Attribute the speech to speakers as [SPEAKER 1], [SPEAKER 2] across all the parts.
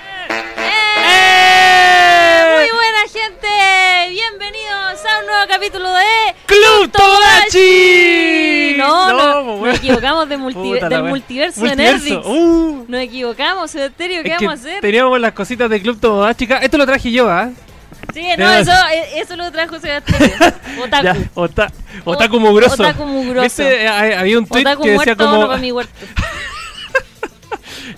[SPEAKER 1] ¡Eh!
[SPEAKER 2] equivocamos de multi-
[SPEAKER 1] pues, Puta la
[SPEAKER 2] del
[SPEAKER 1] wea.
[SPEAKER 2] multiverso, de
[SPEAKER 1] Multiverso.
[SPEAKER 2] Nerdix.
[SPEAKER 1] Uh.
[SPEAKER 2] Nos equivocamos, Sebastián, ¿qué
[SPEAKER 1] Es que
[SPEAKER 2] vamos a hacer?
[SPEAKER 1] Teníamos las cositas de Club Tomodachi, chica. Esto lo traje yo, ¿ah?
[SPEAKER 2] Sí, no,
[SPEAKER 1] Tenemos-
[SPEAKER 2] eso, e- eso lo trajo Sebastián. Otaku.
[SPEAKER 1] Ya, ota- otaku mugroso.
[SPEAKER 2] Otaku mugroso.
[SPEAKER 1] ¿Viste? Eh, hay- Había un tweet
[SPEAKER 2] Otaku
[SPEAKER 1] que decía
[SPEAKER 2] muerto,
[SPEAKER 1] como. "Ah,
[SPEAKER 2] no para mi huerto.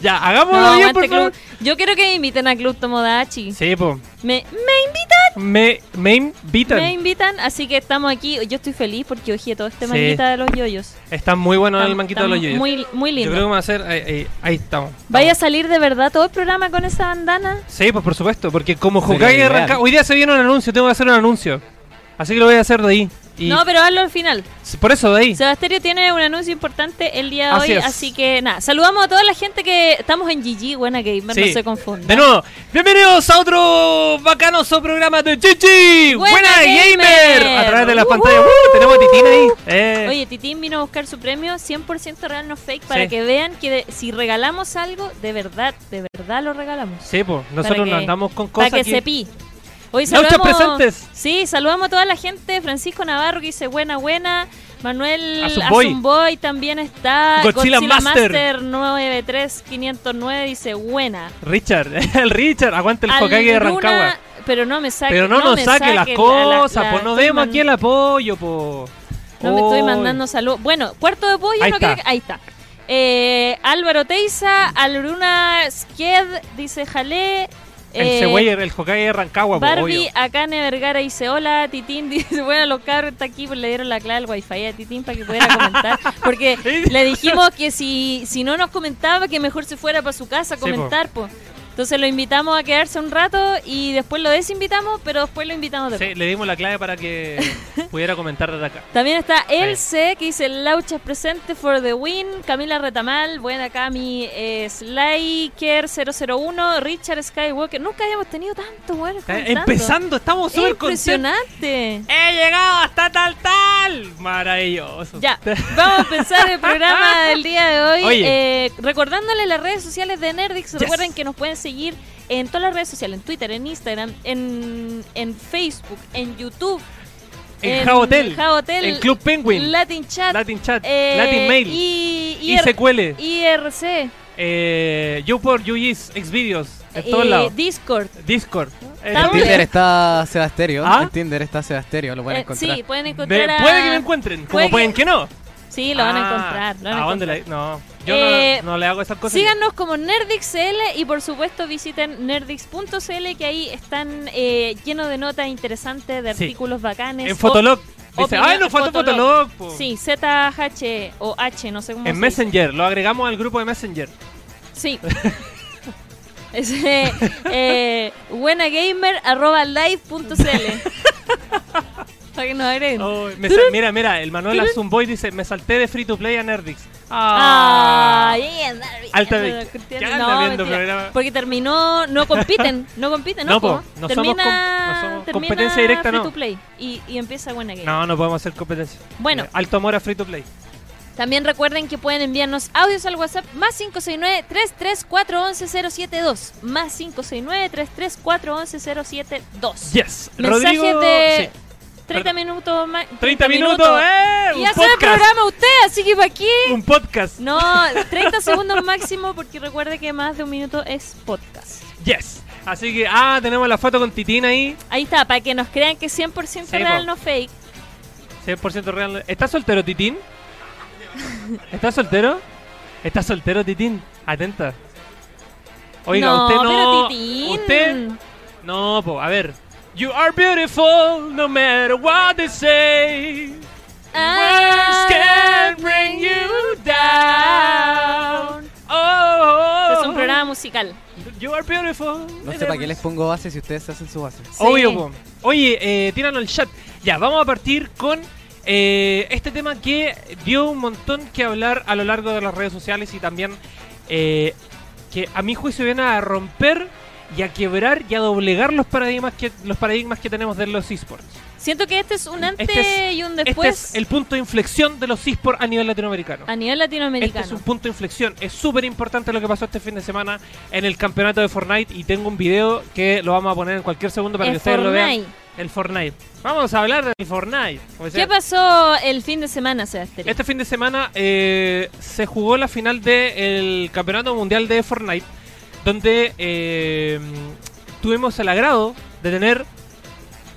[SPEAKER 1] Ya,
[SPEAKER 2] No,
[SPEAKER 1] hagámoslo bien,
[SPEAKER 2] aguante,
[SPEAKER 1] por favor.
[SPEAKER 2] Club. Yo quiero que me inviten a Club Tomodachi.
[SPEAKER 1] Sí, po.
[SPEAKER 2] Me, me invitan.
[SPEAKER 1] Me, me invitan.
[SPEAKER 2] Me invitan, así que estamos aquí. Yo estoy feliz porque ojé todo este
[SPEAKER 1] Sí.
[SPEAKER 2] manguita de los yoyos.
[SPEAKER 1] Está muy bueno
[SPEAKER 2] Está-
[SPEAKER 1] el manquito
[SPEAKER 2] está
[SPEAKER 1] de los yoyos.
[SPEAKER 2] Muy, muy
[SPEAKER 1] Yo
[SPEAKER 2] lindo.
[SPEAKER 1] creo que vamos a hacer. Ahí, ahí- ahí estamos.
[SPEAKER 2] ¿Vaya a salir de verdad todo el programa con esa bandana?
[SPEAKER 1] Sí, pues por supuesto, porque como
[SPEAKER 3] Sería
[SPEAKER 1] Hokage
[SPEAKER 3] ideal.
[SPEAKER 1] arranca. Hoy día se viene un anuncio, tengo que hacer un anuncio. Así que lo voy a hacer de ahí. Y
[SPEAKER 2] No, pero hazlo al final.
[SPEAKER 1] s- Por eso, de ahí.
[SPEAKER 2] Sebastián tiene un anuncio importante el día de
[SPEAKER 1] Así
[SPEAKER 2] hoy,
[SPEAKER 1] es.
[SPEAKER 2] así que nada, saludamos a toda la gente que estamos en GG, buena gamer,
[SPEAKER 1] Sí.
[SPEAKER 2] no se confundan.
[SPEAKER 1] De nuevo, bienvenidos a otro bacanoso programa de Chichi.
[SPEAKER 2] Buena
[SPEAKER 1] gamer.
[SPEAKER 2] Gamer.
[SPEAKER 1] A través de las
[SPEAKER 2] Ujú.
[SPEAKER 1] pantallas. Uh, tenemos a Titina ahí. Eh,
[SPEAKER 2] Oye, Titín vino a buscar su premio 100% real no fake para
[SPEAKER 1] Sí.
[SPEAKER 2] que vean que de- si regalamos algo, de verdad, de verdad lo regalamos.
[SPEAKER 1] Sí, pues nosotros
[SPEAKER 2] que-
[SPEAKER 1] nos andamos con
[SPEAKER 2] Para
[SPEAKER 1] cosas.
[SPEAKER 2] que
[SPEAKER 1] aquí.
[SPEAKER 2] se pi. Hoy
[SPEAKER 1] Lauchas presentes.
[SPEAKER 2] Sí, saludamos a toda la gente. Francisco Navarro que dice buena, buena. Manuel
[SPEAKER 1] Azumboy.
[SPEAKER 2] Azumboy también está.
[SPEAKER 1] Godzilla Master.
[SPEAKER 2] 93509 dice buena.
[SPEAKER 1] Richard, el Richard, aguante el
[SPEAKER 2] Al
[SPEAKER 1] Hokage de
[SPEAKER 2] Luna,
[SPEAKER 1] Rancagua.
[SPEAKER 2] Pero no me saque.
[SPEAKER 1] Pero no, nos
[SPEAKER 2] me
[SPEAKER 1] saque, las
[SPEAKER 2] la- la-
[SPEAKER 1] cosas,
[SPEAKER 2] la
[SPEAKER 1] pues no
[SPEAKER 2] estoy
[SPEAKER 1] demos
[SPEAKER 2] man-
[SPEAKER 1] aquí el apoyo, pues.
[SPEAKER 2] No me estoy mandando saludos. Bueno, cuarto de pollo,
[SPEAKER 1] Ahí
[SPEAKER 2] no
[SPEAKER 1] está.
[SPEAKER 2] creo que- Ahí está. Eh, Álvaro Teiza, Albruna Sked dice jalé.
[SPEAKER 1] El
[SPEAKER 2] eh,
[SPEAKER 1] Seweyer, el Hokage de Rancagua, po,
[SPEAKER 2] Barbie
[SPEAKER 1] obvio.
[SPEAKER 2] Akane Vergara dice hola, Titín dice, bueno, los cabros está aquí, pues le dieron la clave al wifi a Titín para que pudiera comentar, porque le dijimos que si, si no nos comentaba, que mejor se fuera para su casa a
[SPEAKER 1] Sí, po.
[SPEAKER 2] comentar, pues. Entonces lo invitamos a quedarse un rato y después lo desinvitamos, pero después lo invitamos de
[SPEAKER 1] Sí, le dimos la clave para que pudiera comentar desde acá. Eh,
[SPEAKER 2] también está Elce, que dice Lauchas presente for the win. Camila Retamal, buena Cami. Eh, Slyker001, Richard Skywalker. Nunca habíamos tenido tanto, bueno.
[SPEAKER 1] Está Empezando, estamos súper contentos.
[SPEAKER 2] Impresionante.
[SPEAKER 1] ¡He llegado hasta tal tal! Maravilloso.
[SPEAKER 2] Ya, vamos a empezar el programa del día de hoy.
[SPEAKER 1] Oye.
[SPEAKER 2] eh, recordándole las redes sociales de Nerdix.
[SPEAKER 1] Yes.
[SPEAKER 2] Recuerden que nos pueden seguir en todas las redes sociales: en Twitter, en Instagram, en, en Facebook, en YouTube.
[SPEAKER 1] en Jabotel,
[SPEAKER 2] Jabotel,
[SPEAKER 1] en Club Penguin,
[SPEAKER 2] Latin Chat.
[SPEAKER 1] Latin Chat,
[SPEAKER 2] eh,
[SPEAKER 1] Latin Mail,
[SPEAKER 2] y, y R-
[SPEAKER 1] ICQL,
[SPEAKER 2] IRC,
[SPEAKER 1] eh, YouPort, YouGIS, Xvideos, en todos
[SPEAKER 2] eh,
[SPEAKER 1] lados.
[SPEAKER 2] Discord.
[SPEAKER 1] Discord. Eh,
[SPEAKER 2] Estamos-
[SPEAKER 3] En
[SPEAKER 2] Oye.
[SPEAKER 3] Tinder está Sebasterio.
[SPEAKER 1] ¿Ah?
[SPEAKER 3] En Tinder está Sebasterio, lo pueden
[SPEAKER 2] Eh,
[SPEAKER 3] encontrar.
[SPEAKER 2] sí, pueden
[SPEAKER 1] me-
[SPEAKER 2] encontrar. a-
[SPEAKER 1] puede que me encuentren, como
[SPEAKER 2] puede que-
[SPEAKER 1] pueden que no.
[SPEAKER 2] Sí, lo van a
[SPEAKER 1] Ah,
[SPEAKER 2] encontrar. lo van a
[SPEAKER 1] ¿A dónde
[SPEAKER 2] encontrar.
[SPEAKER 1] le- No, yo
[SPEAKER 2] Eh,
[SPEAKER 1] no, no le hago esas cosas.
[SPEAKER 2] Síganos como NerdixCL y por supuesto visiten nerdix.cl que ahí están eh, llenos de notas interesantes, de
[SPEAKER 1] Sí.
[SPEAKER 2] artículos bacanes.
[SPEAKER 1] En Fotolog. Dice,
[SPEAKER 2] opinión-
[SPEAKER 1] ay, nos faltó
[SPEAKER 2] Fotolog".
[SPEAKER 1] Fotolog. po".
[SPEAKER 2] O- sí, ZH o H, no sé cómo se dice.
[SPEAKER 1] En Messenger, lo agregamos al grupo de Messenger.
[SPEAKER 2] Sí. Es, eh, eh, buenagamer.live.cl Para que nos agreguen.
[SPEAKER 1] Ay, Oh, me
[SPEAKER 2] Turun.
[SPEAKER 1] sa- mira, mira, el Manuel
[SPEAKER 2] Turun.
[SPEAKER 1] Azumboy dice, me salté de Free to Play a Nerdix.
[SPEAKER 2] Ah,
[SPEAKER 1] Ah.
[SPEAKER 2] yeah, Darby.
[SPEAKER 1] Alta
[SPEAKER 2] Eso
[SPEAKER 1] Vic.
[SPEAKER 2] lo contiene.
[SPEAKER 1] ¿Qué
[SPEAKER 2] No,
[SPEAKER 1] anda viendo
[SPEAKER 2] mentira.
[SPEAKER 1] programa?
[SPEAKER 2] Porque terminó, no compiten, no compiten,
[SPEAKER 1] No,
[SPEAKER 2] ojo.
[SPEAKER 1] po, no somos
[SPEAKER 2] termina,
[SPEAKER 1] com- no somos-
[SPEAKER 2] termina
[SPEAKER 1] competencia directa,
[SPEAKER 2] free
[SPEAKER 1] no.
[SPEAKER 2] to play y, y empieza buena game.
[SPEAKER 1] No, no podemos hacer competencia.
[SPEAKER 2] Bueno.
[SPEAKER 1] Mira, alto amor a Free to Play.
[SPEAKER 2] También recuerden que pueden enviarnos audios al WhatsApp más 569 334 más 569 334
[SPEAKER 1] Yes.
[SPEAKER 2] Mensajes
[SPEAKER 1] Rodrigo,
[SPEAKER 2] de
[SPEAKER 1] sí.
[SPEAKER 2] 30 minutos más 30,
[SPEAKER 1] 30 minutos. ¡Eh!
[SPEAKER 2] Y
[SPEAKER 1] Un
[SPEAKER 2] hacer el
[SPEAKER 1] podcast.
[SPEAKER 2] programa usted, así que para aquí
[SPEAKER 1] Un podcast.
[SPEAKER 2] No, 30 segundos máximo porque recuerde que más de un minuto es podcast.
[SPEAKER 1] Yes. Así que, ah, tenemos la foto con Titina ahí.
[SPEAKER 2] Ahí está, para que nos crean que es 100%
[SPEAKER 1] Sí,
[SPEAKER 2] real,
[SPEAKER 1] po.
[SPEAKER 2] no fake.
[SPEAKER 1] 100% real. ¿Estás soltero, Titín? ¿Estás soltero? ¿Estás soltero, Titín? Atenta. Oiga,
[SPEAKER 2] no,
[SPEAKER 1] usted no.
[SPEAKER 2] pero Titín.
[SPEAKER 1] Usted. No, po, a ver. You are beautiful no matter what they say. Words
[SPEAKER 2] Ah,
[SPEAKER 1] can bring you down. Oh,
[SPEAKER 2] Este Es un programa musical.
[SPEAKER 1] You are beautiful.
[SPEAKER 3] No sé para qué les pongo base si ustedes hacen su base.
[SPEAKER 2] Sí.
[SPEAKER 1] Obvio, po. Oye, eh, tíranos el chat. Ya, vamos a partir con eh, este tema que dio un montón que hablar a lo largo de las redes sociales y también eh, que a mi juicio viene a romper y a quebrar y a doblegar los paradigmas que los paradigmas que tenemos de los esports.
[SPEAKER 2] Siento que este es un antes
[SPEAKER 1] Este es-
[SPEAKER 2] y un después
[SPEAKER 1] este es el punto de inflexión de los esports a nivel latinoamericano.
[SPEAKER 2] a nivel
[SPEAKER 1] Este
[SPEAKER 2] latinoamericano.
[SPEAKER 1] es un punto de inflexión. Es súper importante lo que pasó este fin de semana en el campeonato de Fortnite y tengo un video que lo vamos a poner en cualquier segundo para
[SPEAKER 2] En
[SPEAKER 1] que ustedes lo vean.
[SPEAKER 2] Fortnite.
[SPEAKER 1] El Fortnite. Vamos a hablar del Fortnite. O sea,
[SPEAKER 2] ¿Qué pasó el fin de semana, Sebastián?
[SPEAKER 1] Este fin de semana eh, se jugó la final del Campeonato Mundial de Fortnite, donde eh, tuvimos el agrado de tener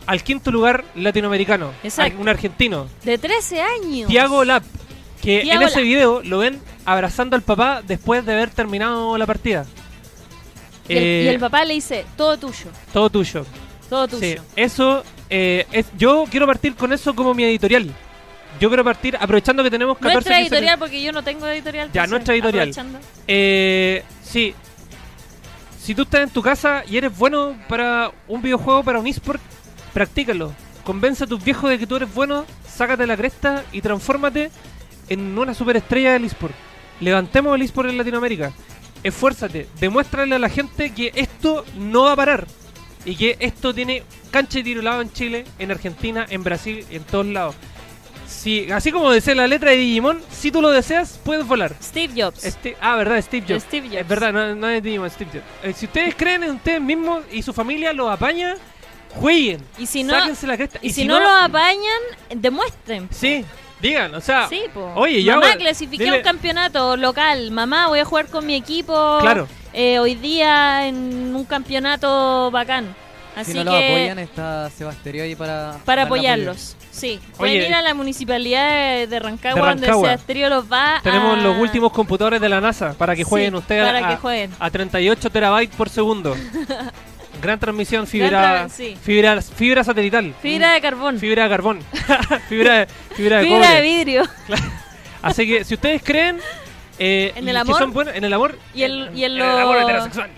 [SPEAKER 1] al quinto lugar latinoamericano,
[SPEAKER 2] Exacto.
[SPEAKER 1] a- un argentino,
[SPEAKER 2] De 13 años.
[SPEAKER 1] Tiago Lap, que
[SPEAKER 2] Tiago
[SPEAKER 1] en ese
[SPEAKER 2] Lap.
[SPEAKER 1] video lo ven abrazando al papá después de haber terminado la partida.
[SPEAKER 2] Y el,
[SPEAKER 1] Eh,
[SPEAKER 2] y el papá le dice, todo tuyo,
[SPEAKER 1] Todo tuyo.
[SPEAKER 2] todo
[SPEAKER 1] Sí,
[SPEAKER 2] tuyo.
[SPEAKER 1] eso eh, es, yo quiero partir con eso como mi editorial. Yo quiero partir aprovechando que tenemos 14
[SPEAKER 2] Nuestra
[SPEAKER 1] quince
[SPEAKER 2] editorial, porque yo no tengo editorial.
[SPEAKER 1] Ya,
[SPEAKER 2] entonces,
[SPEAKER 1] nuestra editorial.
[SPEAKER 2] aprovechando.
[SPEAKER 1] Eh, sí. Si tú estás en tu casa y eres bueno para un videojuego, para un esport, practícalo. Convence a tus viejos de que tú eres bueno, sácate la cresta y transfórmate en una superestrella del esport. Levantemos el esport en Latinoamérica. Esfuérzate, demuéstrale a la gente que esto no va a parar y que esto tiene cancha y tirolado en Chile, en Argentina, en Brasil, en todos lados. Si, así como decía la letra de Digimon, si tú lo deseas, puedes volar.
[SPEAKER 2] Steve Jobs.
[SPEAKER 1] Este- ah, verdad, Steve Jobs.
[SPEAKER 2] Steve Jobs.
[SPEAKER 1] Es verdad, no, no es Digimon, Steve Jobs. Eh, si ustedes creen en ustedes mismos y su familia los apaña, jueguen.
[SPEAKER 2] Y si no,
[SPEAKER 1] sáquense la cresta.
[SPEAKER 2] y si no, lo apañan, demuestren.
[SPEAKER 1] Sí, digan, o sea.
[SPEAKER 2] Sí, po.
[SPEAKER 1] Ah. Oye, yo
[SPEAKER 2] mamá,
[SPEAKER 1] hago-
[SPEAKER 2] clasifiqué
[SPEAKER 1] dile-
[SPEAKER 2] un campeonato local. Mamá, voy a jugar con mi equipo
[SPEAKER 1] Claro.
[SPEAKER 2] eh, hoy día en un campeonato bacán. Así
[SPEAKER 3] si no
[SPEAKER 2] que
[SPEAKER 3] lo
[SPEAKER 1] eh,
[SPEAKER 3] apoyan, está Sebasterio ahí para... darle
[SPEAKER 2] para
[SPEAKER 3] apoyo.
[SPEAKER 2] apoyarlos. Sí, pueden
[SPEAKER 1] Oye.
[SPEAKER 2] ir a la municipalidad de Rancagua,
[SPEAKER 1] De Rancagua.
[SPEAKER 2] donde Sebasterio los va a-
[SPEAKER 1] Tenemos los últimos computadores de la NASA para que
[SPEAKER 2] ah. Sí,
[SPEAKER 1] jueguen ustedes
[SPEAKER 2] para
[SPEAKER 1] a,
[SPEAKER 2] que jueguen.
[SPEAKER 1] a 38 terabytes por segundo. Gran transmisión fibra,
[SPEAKER 2] Gran tra- sí.
[SPEAKER 1] fibra, fibra satelital.
[SPEAKER 2] Fibra de carbón, fibra,
[SPEAKER 1] Fibra de carbón. fibra, de- fibra de
[SPEAKER 2] de,
[SPEAKER 1] cobre.
[SPEAKER 2] vidrio
[SPEAKER 1] Así que si ustedes creen eh,
[SPEAKER 2] En
[SPEAKER 1] y
[SPEAKER 2] el
[SPEAKER 1] que
[SPEAKER 2] amor.
[SPEAKER 1] son buenos- en el amor
[SPEAKER 2] Y el- y el
[SPEAKER 1] en el amor
[SPEAKER 2] lo-
[SPEAKER 1] heterosexual.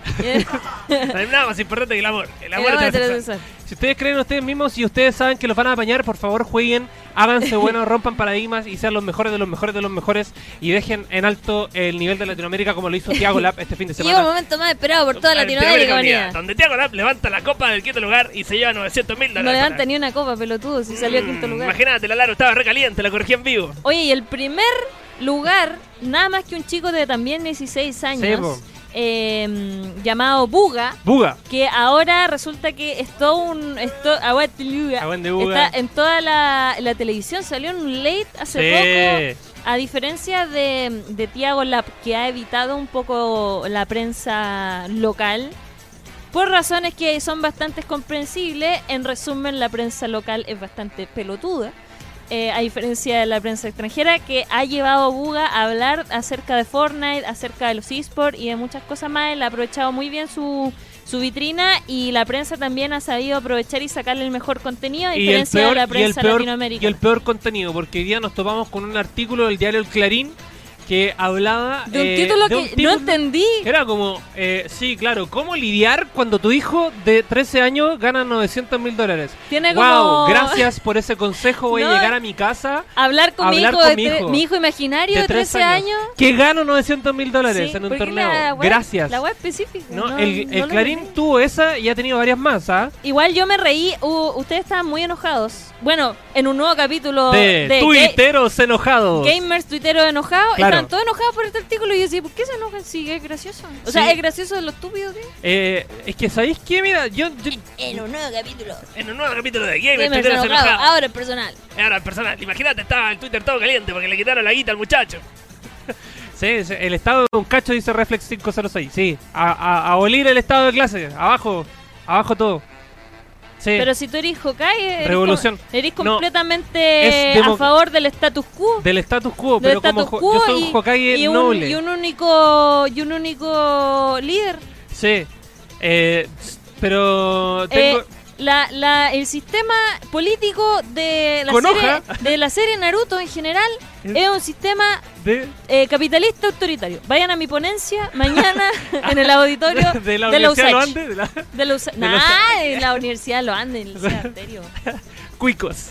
[SPEAKER 1] No hay nada más importante que el amor. El amor
[SPEAKER 2] Era
[SPEAKER 1] heterosexual.
[SPEAKER 2] heterosexual.
[SPEAKER 1] Si ustedes creen en ustedes mismos y ustedes saben que los van a apañar, por favor jueguen, háganse buenos, rompan paradigmas y sean los mejores de los mejores de los mejores y dejen en alto el nivel de Latinoamérica como lo hizo Tiago Lab este fin de
[SPEAKER 2] Llega un
[SPEAKER 1] semana.
[SPEAKER 2] momento más esperado por toda Latinoamérica, unida.
[SPEAKER 1] Donde Tiago Lab levanta la copa del quinto lugar y se lleva 900 mil Mm,
[SPEAKER 2] No levanta ni una copa, pelotudo, si salió en quinto lugar.
[SPEAKER 1] Imagínate, la Laro estaba recaliente, la corregí en vivo.
[SPEAKER 2] Oye, y el primer lugar, nada más que un chico de también 16
[SPEAKER 1] Sí,
[SPEAKER 2] años,
[SPEAKER 1] po.
[SPEAKER 2] eh, llamado Buga,
[SPEAKER 1] Buga.
[SPEAKER 2] que ahora resulta que es todo un... Es to- aguante, Buga.
[SPEAKER 1] Aguante, Buga.
[SPEAKER 2] Está en toda la, la televisión, salió en un late hace
[SPEAKER 1] Sí.
[SPEAKER 2] poco, a diferencia de, de Tiago Lap, que ha evitado un poco la prensa local. Por razones que son bastante comprensibles, en resumen la prensa local es bastante pelotuda, eh, a diferencia de la prensa extranjera, que ha llevado a Buga a hablar acerca de Fortnite, acerca de los esports y de muchas cosas más. Él ha aprovechado muy bien su, su vitrina y la prensa también ha sabido aprovechar y sacarle el mejor contenido, a
[SPEAKER 1] y el
[SPEAKER 2] diferencia
[SPEAKER 1] peor,
[SPEAKER 2] de la
[SPEAKER 1] y el
[SPEAKER 2] prensa
[SPEAKER 1] peor, y el
[SPEAKER 2] latinoamericana.
[SPEAKER 1] peor contenido, porque hoy día nos topamos con un artículo del diario El Clarín que hablaba
[SPEAKER 2] De un
[SPEAKER 1] eh,
[SPEAKER 2] título
[SPEAKER 1] de
[SPEAKER 2] que
[SPEAKER 1] un
[SPEAKER 2] no
[SPEAKER 1] título
[SPEAKER 2] entendí.
[SPEAKER 1] que Era como, eh, sí, claro, ¿cómo lidiar cuando tu hijo de 13 años gana 900 mil dólares?
[SPEAKER 2] Tiene
[SPEAKER 1] Wow,
[SPEAKER 2] como-
[SPEAKER 1] gracias por ese consejo, voy
[SPEAKER 2] No,
[SPEAKER 1] a llegar a mi casa
[SPEAKER 2] Hablar con,
[SPEAKER 1] hablar
[SPEAKER 2] mi, hijo
[SPEAKER 1] con
[SPEAKER 2] de
[SPEAKER 1] mi
[SPEAKER 2] tre-
[SPEAKER 1] hijo.
[SPEAKER 2] mi hijo imaginario de, 13 años.
[SPEAKER 1] que gano 900 mil dólares
[SPEAKER 2] Sí,
[SPEAKER 1] en un
[SPEAKER 2] porque
[SPEAKER 1] torneo.
[SPEAKER 2] la web-
[SPEAKER 1] gracias.
[SPEAKER 2] La web específica.
[SPEAKER 1] No,
[SPEAKER 2] no-
[SPEAKER 1] el
[SPEAKER 2] no
[SPEAKER 1] el
[SPEAKER 2] lo
[SPEAKER 1] Clarín
[SPEAKER 2] entendí.
[SPEAKER 1] tuvo esa y ha tenido varias más, ¿ah?
[SPEAKER 2] Igual yo me reí, u- ustedes estaban muy enojados. Bueno, en un nuevo capítulo
[SPEAKER 1] De,
[SPEAKER 2] de, Ga-
[SPEAKER 1] tuiteros enojados.
[SPEAKER 2] Gamers, tuiteros enojados,
[SPEAKER 1] Claro.
[SPEAKER 2] estaban todos enojados por este artículo y yo decía, ¿por qué se enojan si es gracioso? O sea,
[SPEAKER 1] Sí.
[SPEAKER 2] es gracioso de lo estúpido que es.
[SPEAKER 1] Eh, es que, ¿sabéis qué? Mira, yo- yo
[SPEAKER 2] En un nuevo capítulo. Ah.
[SPEAKER 1] En un nuevo capítulo de Game
[SPEAKER 2] Gamers enojados, ahora el personal.
[SPEAKER 1] Eh, Ahora, personal, imagínate, estaba el Twitter todo caliente porque le quitaron la guita al muchacho. Sí, sí, el estado de un cacho dice Reflex 506. Sí, a, a- a abolir el estado de clase. Abajo, abajo todo. Sí,
[SPEAKER 2] Pero si tú eres Hokage, eres,
[SPEAKER 1] Revolución.
[SPEAKER 2] com- eres
[SPEAKER 1] No,
[SPEAKER 2] completamente
[SPEAKER 1] es demo-
[SPEAKER 2] a favor del status quo.
[SPEAKER 1] del status quo,
[SPEAKER 2] del
[SPEAKER 1] pero como
[SPEAKER 2] status
[SPEAKER 1] jo-
[SPEAKER 2] quo
[SPEAKER 1] yo soy
[SPEAKER 2] y-
[SPEAKER 1] un Hokage
[SPEAKER 2] y un-
[SPEAKER 1] noble.
[SPEAKER 2] y un único, y un único líder.
[SPEAKER 1] Sí, eh, s- pero tengo...
[SPEAKER 2] Eh, la, la- el sistema político de la,
[SPEAKER 1] Con
[SPEAKER 2] serie,
[SPEAKER 1] hoja. ¿Eh?
[SPEAKER 2] de la serie Naruto en general es un sistema
[SPEAKER 1] de-
[SPEAKER 2] eh, capitalista autoritario. Vayan a mi ponencia mañana en el auditorio
[SPEAKER 1] de la
[SPEAKER 2] de la
[SPEAKER 1] Universidad de
[SPEAKER 2] USACH.
[SPEAKER 1] los Andes, de la-
[SPEAKER 2] De la USACH.
[SPEAKER 1] de la
[SPEAKER 2] Nah, de la Universidad de los Andes, el serio.
[SPEAKER 1] Cuicos.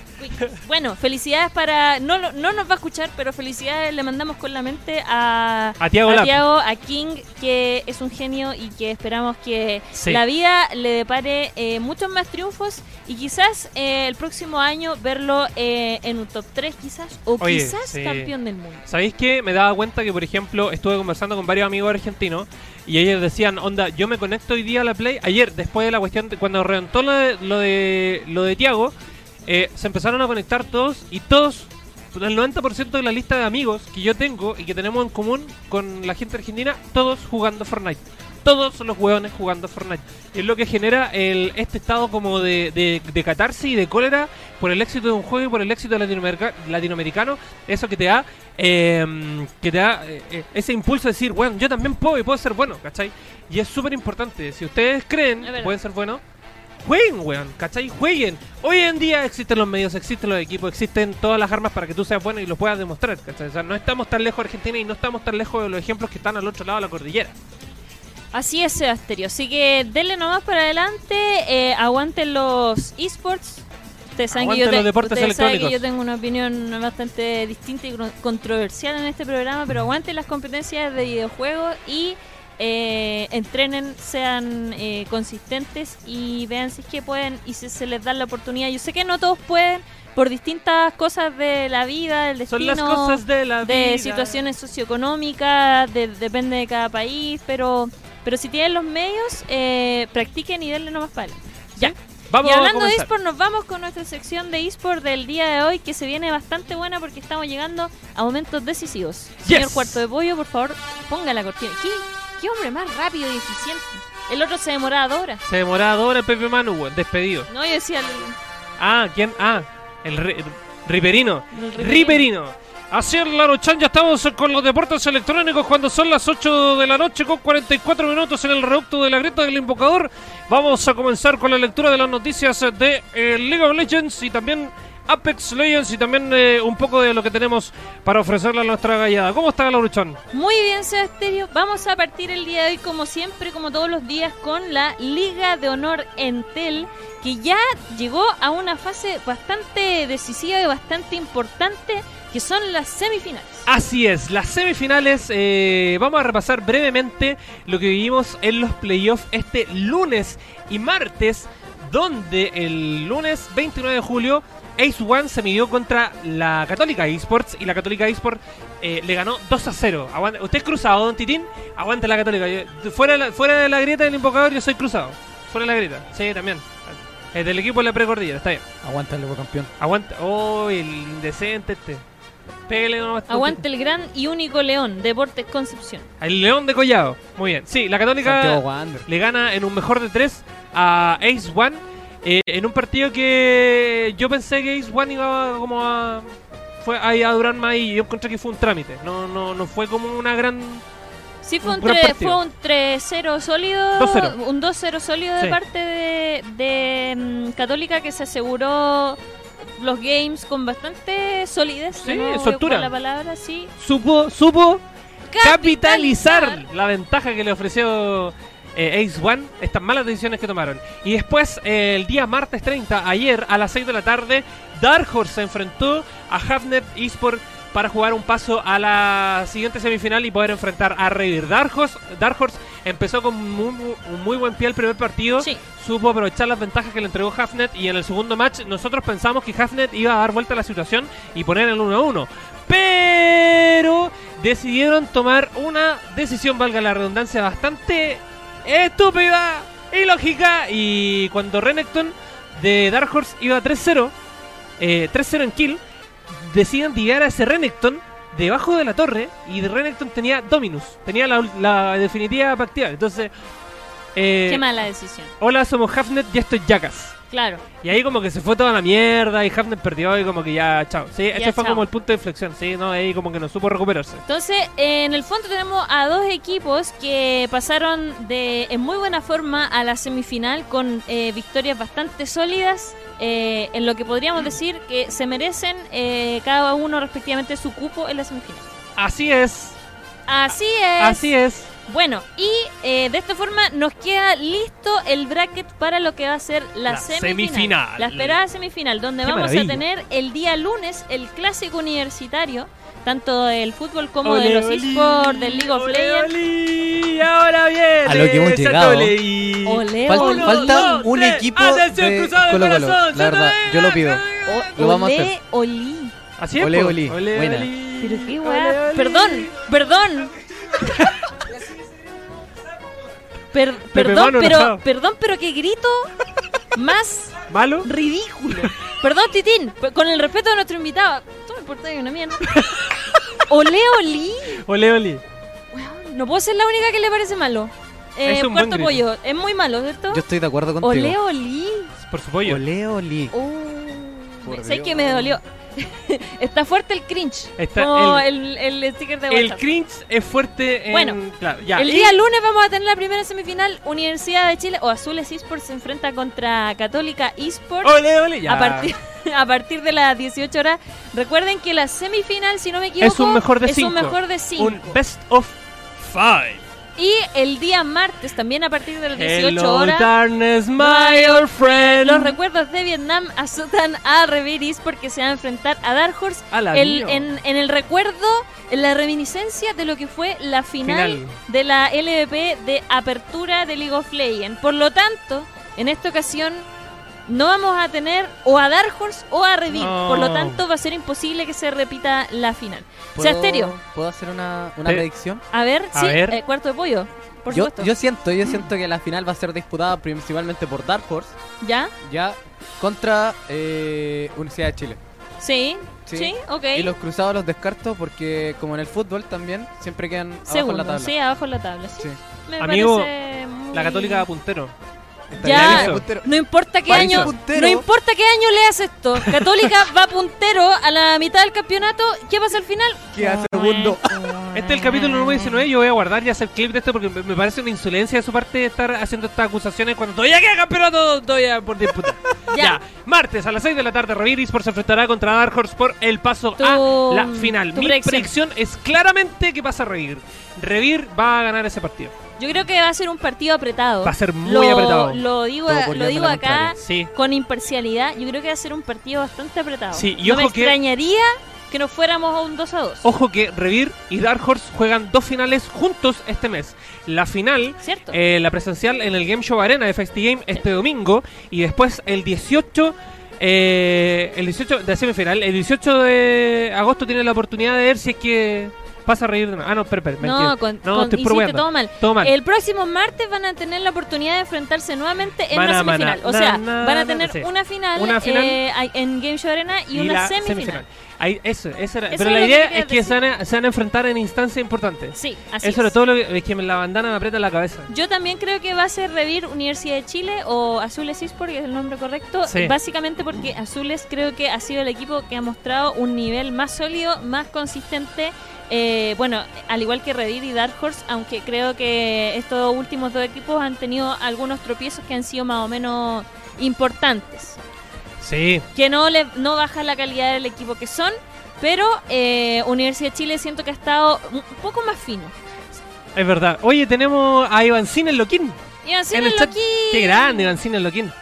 [SPEAKER 2] Bueno, felicidades para... No, lo- no nos va a escuchar, pero felicidades le mandamos con la mente a...
[SPEAKER 1] A Tiago
[SPEAKER 2] A
[SPEAKER 1] Lap.
[SPEAKER 2] Tiago, a King, que es un genio y que esperamos que
[SPEAKER 1] Sí.
[SPEAKER 2] la vida le depare eh, muchos más triunfos y quizás eh, el próximo año verlo eh, en un top 3 quizás o
[SPEAKER 1] Oye,
[SPEAKER 2] quizás
[SPEAKER 1] sí.
[SPEAKER 2] campeón del mundo.
[SPEAKER 1] ¿Sabéis qué? que me daba cuenta que, por ejemplo, estuve conversando con varios amigos argentinos y ellos decían, onda, yo me conecto hoy día a la Play. Ayer, después de la cuestión, de- cuando reventó lo de, lo de, lo de Tiago, eh, se empezaron a conectar todos y todos, el 90% de la lista de amigos que yo tengo y que tenemos en común con la gente argentina, todos jugando Fortnite. Todos los hueones jugando Fortnite. Y es lo que genera el, este estado como de, de, de catarsis y de cólera por el éxito de un juego y por el éxito latinoamerica- latinoamericano. Eso que te da, eh, que te da eh, eh, ese impulso de decir, bueno, yo también puedo y puedo ser bueno, ¿cachai? Y es súper importante. Si ustedes creen
[SPEAKER 2] Es
[SPEAKER 1] que
[SPEAKER 2] verdad.
[SPEAKER 1] pueden ser buenos, jueguen, weón, ¿cachai? Jueguen. Hoy en día existen los medios, existen los equipos, existen todas las armas para que tú seas bueno y lo puedas demostrar, ¿cachai? O sea, no estamos tan lejos de Argentina y no estamos tan lejos de los ejemplos que están al otro lado de la cordillera.
[SPEAKER 2] Así es, Sebasterio. Así que denle nomás para adelante. eh, aguanten los esports. Ustedes saben, que yo,
[SPEAKER 1] Aguanten los deportes
[SPEAKER 2] ustedes saben que
[SPEAKER 1] electrónicos.
[SPEAKER 2] yo tengo una opinión bastante distinta y gro- controversial en este programa, pero aguanten las competencias de videojuegos y eh, entrenen, sean eh, consistentes y vean si es que pueden y si se les da la oportunidad. Yo sé que no todos pueden por distintas cosas de la vida, del destino
[SPEAKER 1] Son las cosas de la vida.
[SPEAKER 2] de situaciones socioeconómicas, de- depende de cada país, pero pero si tienen los medios, eh, practiquen y denle nomás para adelante. Ya.
[SPEAKER 1] Vamos
[SPEAKER 2] y
[SPEAKER 1] a
[SPEAKER 2] hablando de
[SPEAKER 1] comenzar.
[SPEAKER 2] eSport, nos vamos con nuestra sección de eSport del día de hoy, que se viene bastante buena porque estamos llegando a momentos decisivos. Señor Cuarto de Pollo, por favor, ponga la cortina. ¿Qué, qué hombre más rápido y eficiente? El otro se demoraba dos horas.
[SPEAKER 1] Se demoraba dos horas el Pepe Manu, weón, despedido.
[SPEAKER 2] No, yo decía el,
[SPEAKER 1] Ah, ¿quién? Ah, el Ri- Riverino.
[SPEAKER 2] el
[SPEAKER 1] Riverino. Así es, Laro Chan, ya estamos con los deportes electrónicos cuando son las 8 de la noche con 44 minutos en el reducto de la grieta del invocador. Vamos a comenzar con la lectura de las noticias de eh, League of Legends y también Apex Legends y también eh, un poco de lo que tenemos para ofrecerle a nuestra gallada. ¿Cómo está Laro Chan?
[SPEAKER 2] Muy bien, Sebasterio. Vamos a partir el día de hoy, como siempre, como todos los días, con la Liga de Honor Entel, que ya llegó a una fase bastante decisiva y bastante importante, que son las semifinales.
[SPEAKER 1] Así es, las semifinales. eh, vamos a repasar brevemente lo que vivimos en los playoffs este lunes y martes, donde el lunes 29 de julio Ace One se midió contra la Católica Esports y la Católica Esports eh, le ganó 2 a 0. Aguanta- ¿Usted es cruzado, don Titín? Aguante la Católica. Yo- fuera, de la- fuera de la grieta del invocador, yo soy cruzado. Fuera de la grieta, sí, también. Eh, del equipo de la precordillera, está bien.
[SPEAKER 3] Aguanta el
[SPEAKER 4] pues,
[SPEAKER 3] loco campeón.
[SPEAKER 1] Aguanta. Oh, el indecente este. Pégale nomás. don
[SPEAKER 2] Aguante el gran y único león, Deportes Concepción.
[SPEAKER 1] El León de Collado. Muy bien. Sí, la
[SPEAKER 3] Santiago
[SPEAKER 1] Católica
[SPEAKER 3] Wander.
[SPEAKER 1] le gana en un mejor de tres a Ace One. eh, en un partido que yo pensé que Ace One iba como a. Fue ahí a durar más y yo encontré que fue un trámite. No, no, no fue como una gran.
[SPEAKER 2] Sí, fue
[SPEAKER 1] Un
[SPEAKER 2] un,
[SPEAKER 1] gran
[SPEAKER 2] tre-
[SPEAKER 1] partido.
[SPEAKER 2] fue un 3-0 sólido.
[SPEAKER 1] 2-0.
[SPEAKER 2] Un 2-0 sólido
[SPEAKER 1] Sí.
[SPEAKER 2] de parte de, de, mm, Católica que se aseguró los games con bastante solidez.
[SPEAKER 1] Sí,
[SPEAKER 2] voy a
[SPEAKER 1] soltura.
[SPEAKER 2] ocupar La palabra, sí.
[SPEAKER 1] Supo, supo capitalizar la ventaja que le ofreció eh, Ace One, estas malas decisiones que tomaron. Y después, eh, el día martes 30, ayer a las 6 de la tarde, Dark Horse se enfrentó a Hafnet Esport para jugar un paso a la siguiente semifinal y poder enfrentar a Revir. Dark Horse, Dark Horse empezó con muy, muy- un muy buen pie el primer partido.
[SPEAKER 2] Sí.
[SPEAKER 1] Supo aprovechar las ventajas que le entregó Hafnet y en el segundo match nosotros pensamos que Hafnet iba a dar vuelta a la situación y poner el 1-1. Pero decidieron tomar una decisión, valga la redundancia, bastante estúpida, ilógica. Y cuando Renekton de Dark Horse iba 3-0, eh, 3-0 en kill, deciden tirar a ese Renekton debajo de la torre. Y Renekton tenía Dominus, tenía la, ul- la definitiva para activar. Entonces, eh,
[SPEAKER 2] Qué mala decisión.
[SPEAKER 1] hola, somos Hafnet y esto es Jackass.
[SPEAKER 2] Claro.
[SPEAKER 1] Y ahí como que se fue toda la mierda y Hafner perdió y como que ya, chao. Sí, este fue
[SPEAKER 2] chao.
[SPEAKER 1] como el punto de inflexión, sí, no, ahí como que no supo recuperarse.
[SPEAKER 2] Entonces, en el fondo tenemos a dos equipos que pasaron de en muy buena forma a la semifinal con eh, victorias bastante sólidas, eh, en lo que podríamos decir que se merecen eh, cada uno respectivamente su cupo en la semifinal.
[SPEAKER 1] Así es,
[SPEAKER 2] Así es.
[SPEAKER 1] así es.
[SPEAKER 2] Bueno, y eh, de esta forma nos queda listo el bracket para lo que va a ser la,
[SPEAKER 1] La
[SPEAKER 2] semifinal.
[SPEAKER 1] semifinal.
[SPEAKER 2] La esperada semifinal, donde
[SPEAKER 1] Qué
[SPEAKER 2] vamos
[SPEAKER 1] maravilla.
[SPEAKER 2] a tener el día lunes el clásico universitario, tanto del fútbol como
[SPEAKER 1] Ole,
[SPEAKER 2] de los
[SPEAKER 1] ole,
[SPEAKER 2] esports, del League of
[SPEAKER 1] ole,
[SPEAKER 2] Legends.
[SPEAKER 1] ole, ahora bien.
[SPEAKER 3] A lo que hemos llegado.
[SPEAKER 2] Ole,
[SPEAKER 3] Fal-
[SPEAKER 2] ole.
[SPEAKER 3] falta un equipo de Colo Colo. La verdad, yo lo pido. Lo vamos a
[SPEAKER 2] Olé,
[SPEAKER 3] hacer.
[SPEAKER 2] olí.
[SPEAKER 1] Así es.
[SPEAKER 3] Ole,
[SPEAKER 1] po.
[SPEAKER 3] ole, buena.
[SPEAKER 1] ole.
[SPEAKER 2] Pero qué weá.
[SPEAKER 1] ole.
[SPEAKER 2] Perdón, perdón. Per- perdón,
[SPEAKER 1] Mano
[SPEAKER 2] pero,
[SPEAKER 1] enojado.
[SPEAKER 2] perdón, pero qué grito más
[SPEAKER 1] ¿Malo?
[SPEAKER 2] ridículo. Perdón, Titín, pe- con el respeto de nuestro invitado. Tú me portaste una mierda. Ole, olí.
[SPEAKER 1] Ole, ole.
[SPEAKER 2] Weón, No puedo ser la única que le parece malo. Eh,
[SPEAKER 1] Es un buen
[SPEAKER 2] cuarto
[SPEAKER 1] grito.
[SPEAKER 2] pollo, es muy malo, ¿cierto?
[SPEAKER 3] Yo estoy de acuerdo contigo.
[SPEAKER 2] Ole, olí.
[SPEAKER 1] Por su pollo.
[SPEAKER 3] Olé, olí.
[SPEAKER 2] Oh,
[SPEAKER 3] Por
[SPEAKER 2] sé
[SPEAKER 3] Dios.
[SPEAKER 2] que me dolió. Está fuerte el cringe.
[SPEAKER 1] Está
[SPEAKER 2] como el, el sticker de
[SPEAKER 1] El
[SPEAKER 2] WhatsApp.
[SPEAKER 1] cringe es fuerte en...
[SPEAKER 2] Bueno,
[SPEAKER 1] claro, ya.
[SPEAKER 2] El
[SPEAKER 1] Y-
[SPEAKER 2] día lunes vamos a tener la primera semifinal Universidad de Chile o Azules Esports se enfrenta contra Católica Esports
[SPEAKER 1] Oh, Ole, ole, ya.
[SPEAKER 2] a partir a partir de las 18 horas. Recuerden que la semifinal, si no me equivoco,
[SPEAKER 1] Es un mejor de
[SPEAKER 2] es un
[SPEAKER 1] cinco.
[SPEAKER 2] mejor de cinco.
[SPEAKER 1] Un best of five.
[SPEAKER 2] Y el día martes también a partir de las 18
[SPEAKER 1] Hello,
[SPEAKER 2] horas.
[SPEAKER 1] darkness, my old friend.
[SPEAKER 2] Los recuerdos de Vietnam azotan a Reveris porque se va a enfrentar a Dark Horse
[SPEAKER 1] A la
[SPEAKER 2] el-
[SPEAKER 1] mío.
[SPEAKER 2] en, en el recuerdo, en la reminiscencia de lo que fue la final,
[SPEAKER 1] Final.
[SPEAKER 2] de la LVP de apertura de League of Legends. Por lo tanto, en esta ocasión no vamos a tener o a Dark Horse o a Revir.
[SPEAKER 1] No.
[SPEAKER 2] Por lo tanto, va a ser imposible que se repita la final.
[SPEAKER 4] Pues-
[SPEAKER 2] Seasterio,
[SPEAKER 4] ¿Puedo hacer una, una
[SPEAKER 1] Sí.
[SPEAKER 4] predicción?
[SPEAKER 2] a ver,
[SPEAKER 1] A
[SPEAKER 2] sí,
[SPEAKER 1] ver.
[SPEAKER 2] eh, cuarto de pollo, por
[SPEAKER 4] yo,
[SPEAKER 2] supuesto.
[SPEAKER 4] yo siento, yo siento que la final va a ser disputada principalmente por Dark Horse,
[SPEAKER 2] ¿Ya?
[SPEAKER 4] ya contra eh, Universidad de Chile.
[SPEAKER 2] Sí, sí,
[SPEAKER 4] Sí.
[SPEAKER 2] ok.
[SPEAKER 4] Y los cruzados los descarto porque, como en el fútbol también, siempre quedan abajo en
[SPEAKER 2] Segundo,
[SPEAKER 4] la tabla.
[SPEAKER 2] sí, abajo en la tabla. Sí.
[SPEAKER 4] Sí.
[SPEAKER 2] Me
[SPEAKER 1] Amigo,
[SPEAKER 2] parece muy-
[SPEAKER 1] La católica va puntero.
[SPEAKER 4] Está bien,
[SPEAKER 2] Ya,
[SPEAKER 4] el puntero.
[SPEAKER 2] no importa qué
[SPEAKER 1] Parece
[SPEAKER 2] año,
[SPEAKER 4] puntero.
[SPEAKER 2] no importa qué año leas esto. Católica va puntero a la mitad del campeonato. ¿Qué pasa al final?
[SPEAKER 4] Queda segundo.
[SPEAKER 1] Este es el
[SPEAKER 2] Ah.
[SPEAKER 1] capítulo número 19. Yo voy a guardar y hacer clip de esto porque me me parece una insolencia de su parte estar haciendo estas acusaciones cuando todavía queda campeonato todavía por disputa.
[SPEAKER 2] Ya.
[SPEAKER 1] ya. Martes a las 6 de la tarde, Reviris por se enfrentará contra Dark Horse por el paso
[SPEAKER 2] Tu-
[SPEAKER 1] a la final.
[SPEAKER 2] tu
[SPEAKER 1] Mi
[SPEAKER 2] predicción.
[SPEAKER 1] predicción. es claramente que pasa a Revir. Revir va a ganar ese partido.
[SPEAKER 2] Yo creo que va a ser un partido apretado.
[SPEAKER 1] Va a ser muy apretado.
[SPEAKER 2] Lo digo,
[SPEAKER 4] Todo por
[SPEAKER 2] lo
[SPEAKER 4] llevarme
[SPEAKER 2] digo
[SPEAKER 4] la
[SPEAKER 2] acá
[SPEAKER 1] Sí.
[SPEAKER 2] con imparcialidad. Yo creo que va a ser un partido bastante apretado.
[SPEAKER 1] Sí, y
[SPEAKER 2] no me
[SPEAKER 1] ojo que-
[SPEAKER 2] extrañaría que nos fuéramos a un 2 a 2.
[SPEAKER 1] Ojo que Revir y Dark Horse juegan dos finales juntos este mes. La final
[SPEAKER 2] ¿Cierto?
[SPEAKER 1] Eh, la presencial en el Game Show Arena de FestiGame este domingo y después el 18 eh, el 18 de semifinal el 18 de agosto tiene la oportunidad de ver si es que pasa a reír de nuevo. ah no espera, espera,
[SPEAKER 2] no,
[SPEAKER 1] mentira.
[SPEAKER 2] con,
[SPEAKER 1] no
[SPEAKER 2] con-
[SPEAKER 1] estoy
[SPEAKER 2] hiciste
[SPEAKER 1] probando
[SPEAKER 2] todo mal.
[SPEAKER 1] todo mal.
[SPEAKER 2] El próximo martes van a tener la oportunidad de enfrentarse nuevamente en
[SPEAKER 1] Van
[SPEAKER 2] una
[SPEAKER 1] a- van a-
[SPEAKER 2] semifinal. O
[SPEAKER 1] na-
[SPEAKER 2] sea,
[SPEAKER 1] na-
[SPEAKER 2] van a
[SPEAKER 1] na-
[SPEAKER 2] tener
[SPEAKER 1] sí.
[SPEAKER 2] una final,
[SPEAKER 1] Una final.
[SPEAKER 2] eh, ay- en Game Show Arena y,
[SPEAKER 1] Y
[SPEAKER 2] una
[SPEAKER 1] la
[SPEAKER 2] semifinal.
[SPEAKER 1] Ahí, eso, eso era.
[SPEAKER 2] Eso
[SPEAKER 1] pero
[SPEAKER 2] era
[SPEAKER 1] la
[SPEAKER 2] lo que
[SPEAKER 1] idea
[SPEAKER 2] quería
[SPEAKER 1] es que se
[SPEAKER 2] decir.
[SPEAKER 1] van, a, se van a enfrentar en instancias importantes
[SPEAKER 2] Sí, así
[SPEAKER 1] eso era
[SPEAKER 2] es.
[SPEAKER 1] todo lo que, es que me- la bandana me aprieta la cabeza
[SPEAKER 2] Yo también creo que va a ser Revir Universidad de Chile o Azules Esports, que es el nombre correcto.
[SPEAKER 1] Sí.
[SPEAKER 2] Básicamente porque Azules creo que ha sido el equipo que ha mostrado un nivel más sólido, más consistente. Eh, bueno, al igual que Revir y Dark Horse, aunque creo que estos últimos dos equipos han tenido algunos tropiezos que han sido más o menos importantes.
[SPEAKER 1] sí
[SPEAKER 2] que no le no baja la calidad del equipo que son, pero eh, Universidad de Chile siento que ha estado un poco más fino.
[SPEAKER 1] es verdad oye tenemos a Ivancín el Loquín
[SPEAKER 2] Y así
[SPEAKER 1] En
[SPEAKER 2] no
[SPEAKER 1] el
[SPEAKER 2] lo
[SPEAKER 1] chat, Qué grande, Mancini Loquín.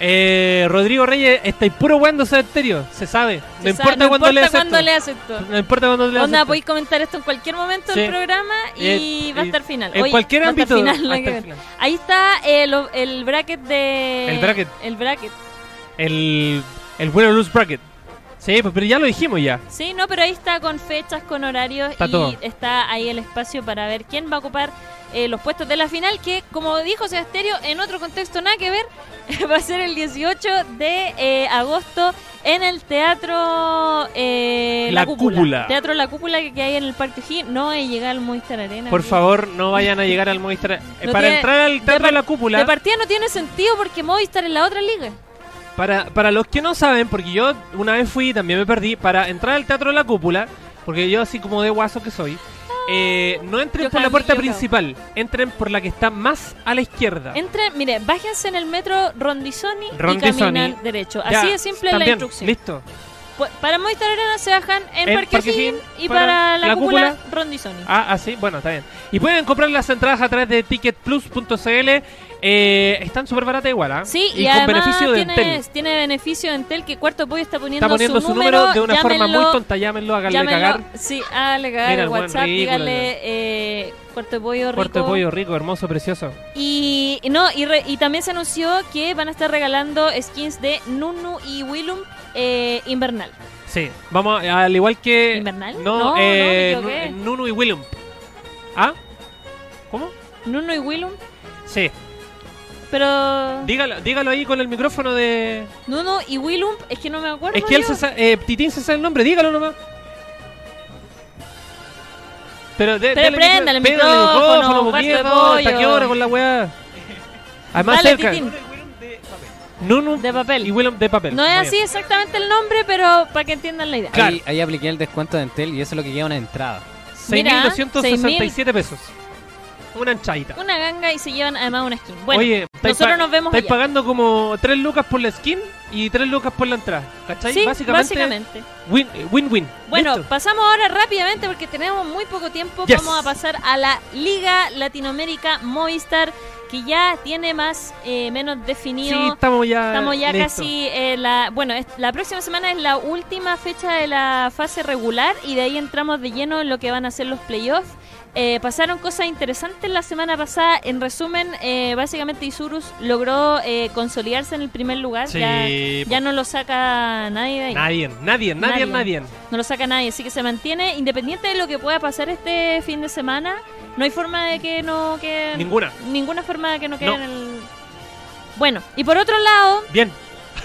[SPEAKER 1] Eh, Rodrigo Reyes, estáis puro guando estéreo, se sabe. No importa
[SPEAKER 2] no
[SPEAKER 1] cuándo
[SPEAKER 2] importa
[SPEAKER 1] leas
[SPEAKER 2] cuándo
[SPEAKER 1] esto.
[SPEAKER 2] leas esto.
[SPEAKER 1] No importa cuándo leas
[SPEAKER 2] Onda,
[SPEAKER 1] esto.
[SPEAKER 2] podéis comentar esto en cualquier momento del
[SPEAKER 1] Sí.
[SPEAKER 2] programa y
[SPEAKER 1] Eh,
[SPEAKER 2] va a
[SPEAKER 1] eh,
[SPEAKER 2] estar final.
[SPEAKER 1] En
[SPEAKER 2] Oye,
[SPEAKER 1] cualquier
[SPEAKER 2] va a estar
[SPEAKER 1] ámbito.
[SPEAKER 2] final, nada
[SPEAKER 1] hasta
[SPEAKER 2] que
[SPEAKER 1] el
[SPEAKER 2] ver.
[SPEAKER 1] final.
[SPEAKER 2] Ahí está el, el bracket de...
[SPEAKER 1] El bracket.
[SPEAKER 2] El bracket.
[SPEAKER 1] El, el win or lose bracket. Sí, pues, pero ya lo dijimos ya.
[SPEAKER 2] Sí, no, pero ahí está con fechas, con horarios
[SPEAKER 1] Está
[SPEAKER 2] y
[SPEAKER 1] todo.
[SPEAKER 2] está ahí el espacio para ver quién va a ocupar eh, los puestos de la final, que como dijo Sebasterio, en otro contexto nada que ver, va a ser el 18 de eh, agosto en el Teatro eh,
[SPEAKER 1] La Cúpula.
[SPEAKER 2] Teatro La Cúpula que, que hay en el Parque O'Higgins. No he llegado al Movistar Arena.
[SPEAKER 1] Por
[SPEAKER 2] amigo.
[SPEAKER 1] favor, no vayan a llegar al Movistar. Eh,
[SPEAKER 2] No
[SPEAKER 1] para
[SPEAKER 2] tiene-
[SPEAKER 1] entrar al
[SPEAKER 2] de
[SPEAKER 1] Teatro
[SPEAKER 2] par-
[SPEAKER 1] de la
[SPEAKER 2] De
[SPEAKER 1] Cúpula,
[SPEAKER 2] partida no tiene sentido porque Movistar es la otra liga.
[SPEAKER 1] para, para los que no saben, porque yo una vez fui y también me perdí, para entrar al Teatro de la Cúpula, porque yo así como de guaso que soy, eh, no entren
[SPEAKER 2] Yo
[SPEAKER 1] por la
[SPEAKER 2] jamás me
[SPEAKER 1] puerta
[SPEAKER 2] he equivocado.
[SPEAKER 1] principal, entren por la que está más a la izquierda.
[SPEAKER 2] Entren, mire, bájense en el metro Rondizoni, y
[SPEAKER 1] Rondizoni.
[SPEAKER 2] caminan derecho.
[SPEAKER 1] Ya,
[SPEAKER 2] Así de simple la
[SPEAKER 1] también,
[SPEAKER 2] instrucción.
[SPEAKER 1] Listo.
[SPEAKER 2] Pu- Para Movistar Arena se bajan en,
[SPEAKER 1] En
[SPEAKER 2] Parque
[SPEAKER 1] Parque
[SPEAKER 2] O'Higgins
[SPEAKER 1] O'Higgins,
[SPEAKER 2] y para,
[SPEAKER 1] para
[SPEAKER 2] la,
[SPEAKER 1] la
[SPEAKER 2] cúpula,
[SPEAKER 1] cúpula.
[SPEAKER 2] Rondizoni.
[SPEAKER 1] Ah, así, bueno, está bien. Y pueden comprar las entradas a través de ticketplus.cl. Eh, están súper baratas igual, ¿ah?
[SPEAKER 2] Sí, y,
[SPEAKER 1] con
[SPEAKER 2] además
[SPEAKER 1] beneficio de
[SPEAKER 2] tiene,
[SPEAKER 1] Entel.
[SPEAKER 2] tiene beneficio de Entel que Cuarto Pollo está poniendo,
[SPEAKER 1] Está poniendo su número, de una forma muy tonta. Llámenlo, háganle
[SPEAKER 2] Llámenlo,
[SPEAKER 1] cagar.
[SPEAKER 2] sí, hágale cagar
[SPEAKER 1] Mira
[SPEAKER 2] el
[SPEAKER 1] el buen
[SPEAKER 2] WhatsApp,
[SPEAKER 1] ridículo,
[SPEAKER 2] dígale eh, Cuarto de Pollo rico.
[SPEAKER 1] Puerto de pollo rico, hermoso, precioso.
[SPEAKER 2] Y, y no, y, re- y también se anunció que van a estar regalando skins de Nunu y Willum eh, invernal.
[SPEAKER 1] Sí, vamos a- al igual que.
[SPEAKER 2] ¿Invernal?
[SPEAKER 1] No,
[SPEAKER 2] No, no,
[SPEAKER 1] eh,
[SPEAKER 2] me equivoqué.
[SPEAKER 1] Nu- Nunu y Willum. ¿Ah? ¿Cómo?
[SPEAKER 2] Nuno y Willum,
[SPEAKER 1] Sí,
[SPEAKER 2] Ah. pero...
[SPEAKER 1] dígalo, dígalo ahí con el micrófono de.
[SPEAKER 2] Nuno y Willum, es que no me acuerdo.
[SPEAKER 1] Es que él
[SPEAKER 2] yo.
[SPEAKER 1] se sa- eh, Titín se sabe el nombre, dígalo nomás. Pero, de,
[SPEAKER 2] Pero
[SPEAKER 1] dele
[SPEAKER 2] préndale
[SPEAKER 1] micro-
[SPEAKER 2] el
[SPEAKER 1] préndale
[SPEAKER 2] micrófono,
[SPEAKER 1] po,
[SPEAKER 2] cuarto de
[SPEAKER 1] mierda, ¿Hasta
[SPEAKER 2] pollo.
[SPEAKER 1] qué hora con la weá? Además,
[SPEAKER 2] Dale,
[SPEAKER 1] cerca.
[SPEAKER 2] Titín,
[SPEAKER 1] Nunu
[SPEAKER 2] de papel.
[SPEAKER 1] y Willem de papel.
[SPEAKER 2] No es
[SPEAKER 1] Muy
[SPEAKER 2] así
[SPEAKER 1] bien.
[SPEAKER 2] exactamente el nombre, pero para que entiendan la idea.
[SPEAKER 1] Claro.
[SPEAKER 5] Ahí, ahí apliqué el descuento de Entel y eso es lo que queda una entrada.
[SPEAKER 2] Mira,
[SPEAKER 1] 6.267 pesos. Una anchaita.
[SPEAKER 2] Una ganga y se llevan además una skin. Bueno,
[SPEAKER 1] Oye, estáis
[SPEAKER 2] nosotros
[SPEAKER 1] pa-
[SPEAKER 2] nos vemos
[SPEAKER 1] estáis
[SPEAKER 2] allá.
[SPEAKER 1] pagando como 3 lucas por la skin y 3 lucas por la entrada. ¿Cachai?
[SPEAKER 2] Sí,
[SPEAKER 1] básicamente,
[SPEAKER 2] básicamente.
[SPEAKER 1] win- eh, Win-win.
[SPEAKER 2] Bueno,
[SPEAKER 1] ¿Listo?
[SPEAKER 2] pasamos ahora rápidamente porque tenemos muy poco tiempo.
[SPEAKER 1] Yes.
[SPEAKER 2] Vamos a pasar a la Liga Latinoamérica Movistar, que ya tiene más eh, menos definido.
[SPEAKER 1] sí, estamos ya.
[SPEAKER 2] Estamos ya
[SPEAKER 1] listo.
[SPEAKER 2] casi en la... Bueno, es- la próxima semana es la última fecha de la fase regular y de ahí entramos de lleno en lo que van a ser los playoffs. Eh, pasaron cosas interesantes la semana pasada. En resumen, eh, básicamente Isurus logró eh, consolidarse en el primer lugar.
[SPEAKER 1] Sí,
[SPEAKER 2] ya,
[SPEAKER 1] po.
[SPEAKER 2] ya no lo saca nadie de ahí.
[SPEAKER 1] Nadie, nadie,
[SPEAKER 2] Nadie.
[SPEAKER 1] nadie, nadie.
[SPEAKER 2] No lo saca nadie, así que se mantiene. Independiente de lo que pueda pasar este fin de semana, no hay forma de que no quede...
[SPEAKER 1] Ninguna.
[SPEAKER 2] Ninguna forma de que no quede
[SPEAKER 1] No.
[SPEAKER 2] en el... Bueno, y por otro lado...
[SPEAKER 1] Bien,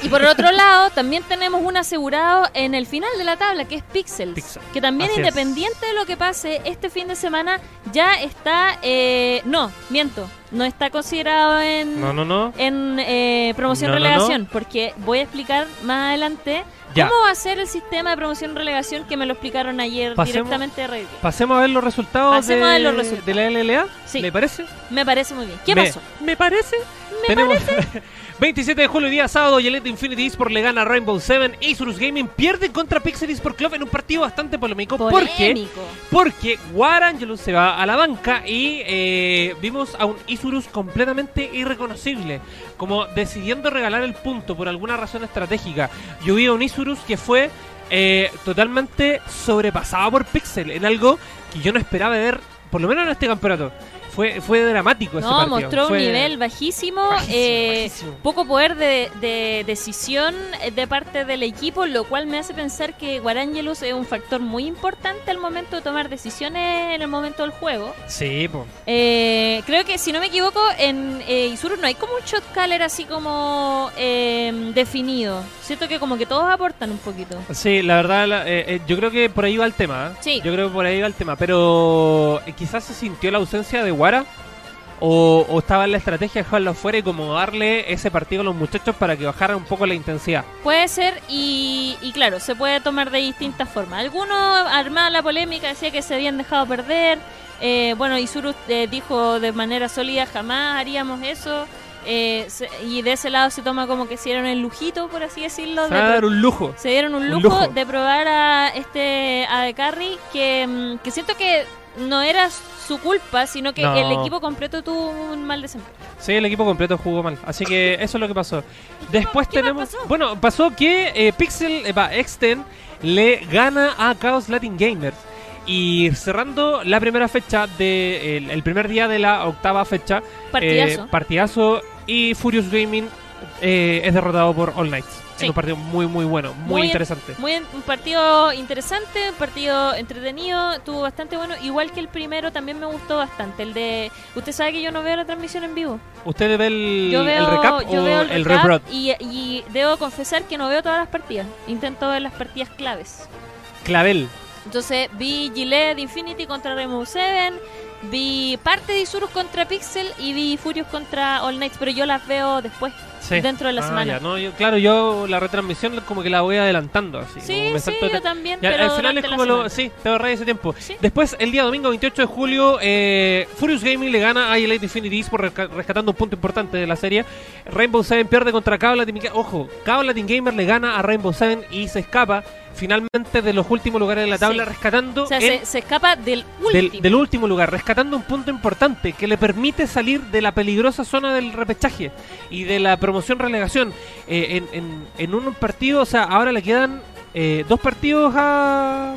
[SPEAKER 2] Y por otro lado, también tenemos un asegurado en el final de la tabla, que es Pixels.
[SPEAKER 1] Pixel.
[SPEAKER 2] Que también,
[SPEAKER 1] Así es.
[SPEAKER 2] independiente de lo que pase, este fin de semana ya está. eh, no, miento. No está considerado en,
[SPEAKER 1] no, no, no.
[SPEAKER 2] en eh,
[SPEAKER 1] No, no, no.
[SPEAKER 2] promoción-relegación. Porque voy a explicar más adelante
[SPEAKER 1] Ya.
[SPEAKER 2] cómo va a ser el sistema de promoción-relegación que me lo explicaron ayer
[SPEAKER 1] Pasemos-
[SPEAKER 2] directamente de Reddit.
[SPEAKER 1] Pasemos a ver los resultados, de,
[SPEAKER 2] Pasemos a ver los resultados.
[SPEAKER 1] de la LLA.
[SPEAKER 2] Sí.
[SPEAKER 1] ¿Le parece?
[SPEAKER 2] Me parece muy bien. ¿Qué
[SPEAKER 1] Me-
[SPEAKER 2] pasó?
[SPEAKER 1] ¿Me parece? Tenemos 27 de julio, día sábado, Yeleta Infinity Esport le gana a Rainbow Seven. Asurus Gaming pierde contra Pixel Esport Club en un partido bastante polémico. Porque,
[SPEAKER 2] Polémico.
[SPEAKER 1] porque Warangelo se va a la banca y eh, vimos a un Isurus completamente irreconocible. Como decidiendo regalar el punto por alguna razón estratégica. Yo vi a un Isurus que fue eh, totalmente sobrepasado por Pixel en algo que yo no esperaba ver, por lo menos en este campeonato. Fue, fue dramático ese
[SPEAKER 2] No,
[SPEAKER 1] partido.
[SPEAKER 2] mostró
[SPEAKER 1] Fue-
[SPEAKER 2] un nivel bajísimo.
[SPEAKER 1] Bajísimo,
[SPEAKER 2] eh,
[SPEAKER 1] bajísimo.
[SPEAKER 2] Poco poder de, de decisión eh, de parte del equipo, lo cual me hace pensar que Guarangelus es un factor muy importante al momento de tomar decisiones en el momento del juego.
[SPEAKER 1] Sí, po.
[SPEAKER 2] Eh, creo que, si no me equivoco, en eh, Isuru no hay como un shot caller así como eh, definido. Siento que como que todos aportan un poquito.
[SPEAKER 1] Sí, la verdad, la- eh, eh, yo creo que por ahí va el tema. ¿eh?
[SPEAKER 2] Sí.
[SPEAKER 1] Yo creo que por ahí va el tema. Pero eh, quizás se sintió la ausencia de Guara. O, o estaba en la estrategia de dejarlo afuera y como darle ese partido a los muchachos para que bajara un poco la intensidad.
[SPEAKER 2] Puede ser y, y claro, se puede tomar de distintas formas. Algunos armada la polémica, decía que se habían dejado perder. Eh, bueno, Isuru eh, dijo de manera sólida, jamás haríamos eso. Eh, se- y de ese lado se toma como que hicieron el lujito, por así decirlo. de
[SPEAKER 1] Se va a dar un lujo.
[SPEAKER 2] pro- se dieron un
[SPEAKER 1] un
[SPEAKER 2] lujo,
[SPEAKER 1] lujo.
[SPEAKER 2] de probar a este a De Carry, que, mm, que siento que no era su culpa, sino que
[SPEAKER 1] No.
[SPEAKER 2] el equipo completo tuvo un mal desempeño.
[SPEAKER 1] Sí, el equipo completo jugó mal. Así que eso es lo que pasó. Después
[SPEAKER 2] ¿Qué más
[SPEAKER 1] tenemos.
[SPEAKER 2] pasó?
[SPEAKER 1] Bueno, pasó que eh, Pixel, eh, va, Extend, le gana a Chaos Latin Gamers. Y cerrando la primera fecha, de, el- el primer día de la octava fecha,
[SPEAKER 2] Partidazo.
[SPEAKER 1] Eh, partidazo. Y Furious Gaming eh, es derrotado por All Knights.
[SPEAKER 2] Sí.
[SPEAKER 1] En un partido muy, muy bueno, muy,
[SPEAKER 2] Muy en-
[SPEAKER 1] interesante.
[SPEAKER 2] Muy bien, un partido interesante, un partido entretenido, estuvo bastante bueno. Igual que el primero también me gustó bastante. El de. Usted sabe que yo no veo la transmisión en vivo.
[SPEAKER 1] ¿Usted ve el,
[SPEAKER 2] Yo veo
[SPEAKER 1] el recap
[SPEAKER 2] yo
[SPEAKER 1] o
[SPEAKER 2] veo
[SPEAKER 1] el,
[SPEAKER 2] recap
[SPEAKER 1] rebrot?
[SPEAKER 2] y, y debo confesar que no veo todas las partidas. Intento ver las partidas claves.
[SPEAKER 1] Clavel.
[SPEAKER 2] Entonces vi Gilead Infinity contra Rainbow Seven, vi parte de Isurus contra Pixel y vi Furious contra All Knights, pero yo las veo después.
[SPEAKER 1] Sí.
[SPEAKER 2] Dentro de la
[SPEAKER 1] Ah,
[SPEAKER 2] semana.
[SPEAKER 1] ya, no, yo- claro, yo la retransmisión como que la voy adelantando. Así, como
[SPEAKER 2] Sí,
[SPEAKER 1] me
[SPEAKER 2] sí,
[SPEAKER 1] salto de-
[SPEAKER 2] yo también.
[SPEAKER 1] Ya,
[SPEAKER 2] pero
[SPEAKER 1] al final es
[SPEAKER 2] durante la
[SPEAKER 1] como lo.
[SPEAKER 2] semana.
[SPEAKER 1] Sí, te ahorré ese tiempo.
[SPEAKER 2] Sí.
[SPEAKER 1] Después, el día domingo 28 de julio, eh, Furious Gaming le gana a Elite Infinity por rescatando un punto importante de la serie. Rainbow Seven pierde contra Cabo Latin Ga- Ojo, Cabo Latin Gamer le gana a Rainbow Seven y se escapa finalmente de los últimos lugares de la tabla,
[SPEAKER 2] Sí.
[SPEAKER 1] rescatando
[SPEAKER 2] O sea,
[SPEAKER 1] el-
[SPEAKER 2] se, se escapa del
[SPEAKER 1] del,
[SPEAKER 2] último.
[SPEAKER 1] del último lugar, rescatando un punto importante que le permite salir de la peligrosa zona del repechaje y de la promoción-relegación. Eh, en, en- en un partido, o sea, ahora le quedan eh, dos partidos a,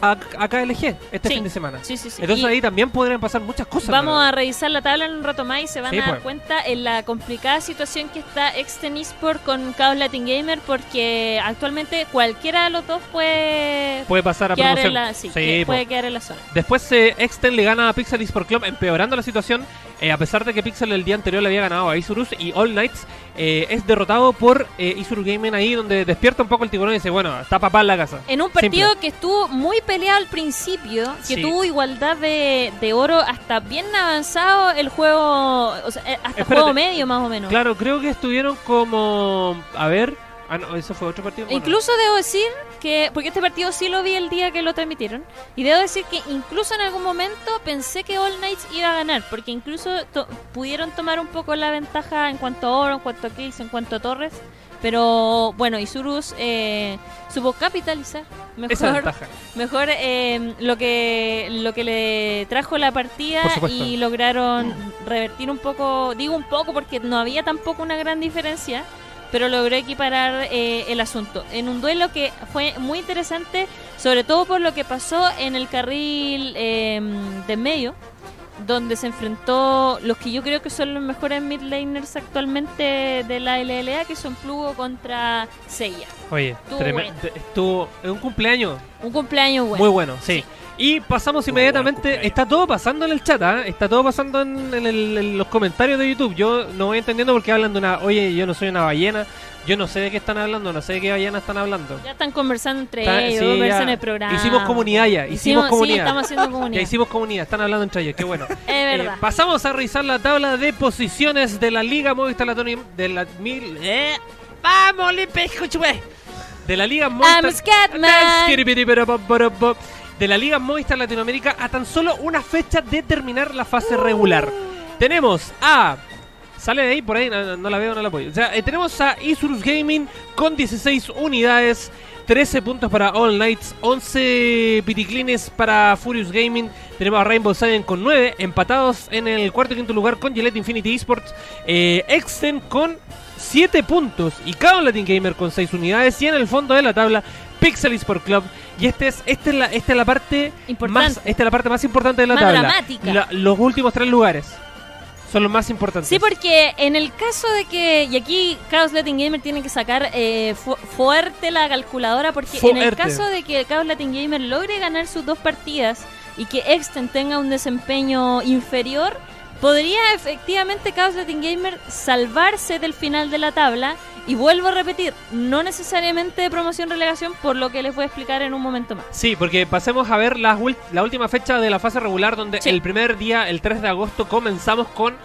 [SPEAKER 1] a, a KLG este
[SPEAKER 2] Sí.
[SPEAKER 1] fin de semana.
[SPEAKER 2] Sí, sí, sí.
[SPEAKER 1] Entonces
[SPEAKER 2] Y
[SPEAKER 1] ahí también podrían pasar muchas cosas.
[SPEAKER 2] Vamos
[SPEAKER 1] ¿no?
[SPEAKER 2] a revisar la tabla en un rato más y se van
[SPEAKER 1] Sí,
[SPEAKER 2] a dar
[SPEAKER 1] pues.
[SPEAKER 2] cuenta en la complicada situación que está Exten Esport con Chaos Latin Gamer porque actualmente cualquiera de los dos puede,
[SPEAKER 1] Puede pasar a
[SPEAKER 2] quedar, en
[SPEAKER 1] promoción.
[SPEAKER 2] la, sí,
[SPEAKER 1] Sí, pues.
[SPEAKER 2] que-
[SPEAKER 1] po.
[SPEAKER 2] puede quedar en la zona.
[SPEAKER 1] Después eh, Exten le gana a Pixel Esport Club, empeorando la situación. eh, a pesar de que Pixel el día anterior le había ganado a Isurus y All Knights eh, es derrotado por eh, Isurus Gaming ahí, donde despierta un poco el tiburón y dice: Bueno, está papá en la casa.
[SPEAKER 2] En un
[SPEAKER 1] Simple.
[SPEAKER 2] partido que estuvo muy peleado al principio, que
[SPEAKER 1] Sí.
[SPEAKER 2] tuvo igualdad de, de oro hasta bien avanzado el juego, o sea, eh, hasta
[SPEAKER 1] Espérate.
[SPEAKER 2] juego medio más o menos.
[SPEAKER 1] Claro, creo que estuvieron como. A ver. Ah, no, eso fue otro partido. Bueno,
[SPEAKER 2] Incluso debo decir que, porque este partido sí lo vi el día que lo transmitieron, y debo decir que incluso en algún momento pensé que All Knights iba a ganar, porque incluso to- pudieron tomar un poco la ventaja en cuanto a oro, en cuanto a kills, en cuanto a torres, pero bueno, Isurus eh, supo capitalizar
[SPEAKER 1] Esa
[SPEAKER 2] mejor,
[SPEAKER 1] ventaja.
[SPEAKER 2] mejor eh, lo, que, lo que le trajo la partida
[SPEAKER 1] Por supuesto.
[SPEAKER 2] y lograron revertir un poco, digo un poco porque no había tampoco una gran diferencia pero logró equiparar eh, el asunto. En un duelo que fue muy interesante, sobre todo por lo que pasó en el carril eh, de medio, donde se enfrentó los que yo creo que son los mejores midlaners actualmente de la LLA, que son Plugo contra Seiya.
[SPEAKER 1] Oye,
[SPEAKER 2] Estuvo
[SPEAKER 1] treme-
[SPEAKER 2] bueno.
[SPEAKER 1] te- estuvo. Es un cumpleaños
[SPEAKER 2] Un cumpleaños bueno.
[SPEAKER 1] muy bueno, sí. Y pasamos inmediatamente. está todo pasando en el chat, ¿ah? Está todo pasando en, en el- en los comentarios de YouTube. Yo no voy entendiendo porque hablan de una. Oye, yo no soy una ballena. Yo no sé de qué están hablando. No sé de qué ballena están hablando.
[SPEAKER 2] Ya están conversando entre
[SPEAKER 1] Está-
[SPEAKER 2] ellos,
[SPEAKER 1] sí,
[SPEAKER 2] conversan
[SPEAKER 1] ya.
[SPEAKER 2] el programa.
[SPEAKER 1] Hicimos comunidad ya. Hicimos, comunidad.
[SPEAKER 2] Sí, estamos haciendo
[SPEAKER 1] Ya
[SPEAKER 2] comunidad.
[SPEAKER 1] hicimos comunidad. Están hablando entre ellos. Qué bueno. Eh,
[SPEAKER 2] Es verdad.
[SPEAKER 1] pasamos a revisar la tabla de posiciones de la Liga Movistar Latino de la mil. eh, ¡Vamos, Lipe, Juchue! De la Liga
[SPEAKER 2] I'm
[SPEAKER 1] Movistar.
[SPEAKER 2] Scatman.
[SPEAKER 1] Skiripiripiropoporopop. De la Liga Movistar Latinoamérica a tan solo una fecha de terminar la fase regular. Tenemos a. Sale de ahí, por ahí, no, no la veo, no la apoyo. O sea, eh, tenemos a Isurus Gaming con 16 unidades, 13 puntos para All Knights, 11 piticlines para Furious Gaming. Tenemos a Rainbow Seven con 9, empatados en el cuarto y quinto lugar con Gillette Infinity Esports. Eh, Exten con 7 puntos y Cabo Latin Gamer con 6 unidades. Y en el fondo de la tabla, Pixel Esports Club. Y este es, esta es la, esta es la parte
[SPEAKER 2] Importante.
[SPEAKER 1] más, esta es la parte más importante de la
[SPEAKER 2] Más
[SPEAKER 1] tabla.
[SPEAKER 2] dramática.
[SPEAKER 1] La- los últimos tres lugares son los más importantes.
[SPEAKER 2] Sí, porque en el caso de que. Y aquí Chaos Latin Gamer tiene que sacar eh, fu- fuerte la calculadora, porque en el
[SPEAKER 1] Fuerte.
[SPEAKER 2] caso de que Chaos Latin Gamer logre ganar sus dos partidas y que Exten tenga un desempeño inferior, podría efectivamente Chaos Latin Gamer salvarse del final de la tabla. Y vuelvo a repetir, no necesariamente de promoción-relegación, por lo que les voy a explicar en un momento más.
[SPEAKER 1] Sí, porque pasemos a ver la, ul- la última fecha de la fase regular, donde
[SPEAKER 2] Sí.
[SPEAKER 1] el primer día, el 3 de agosto, comenzamos con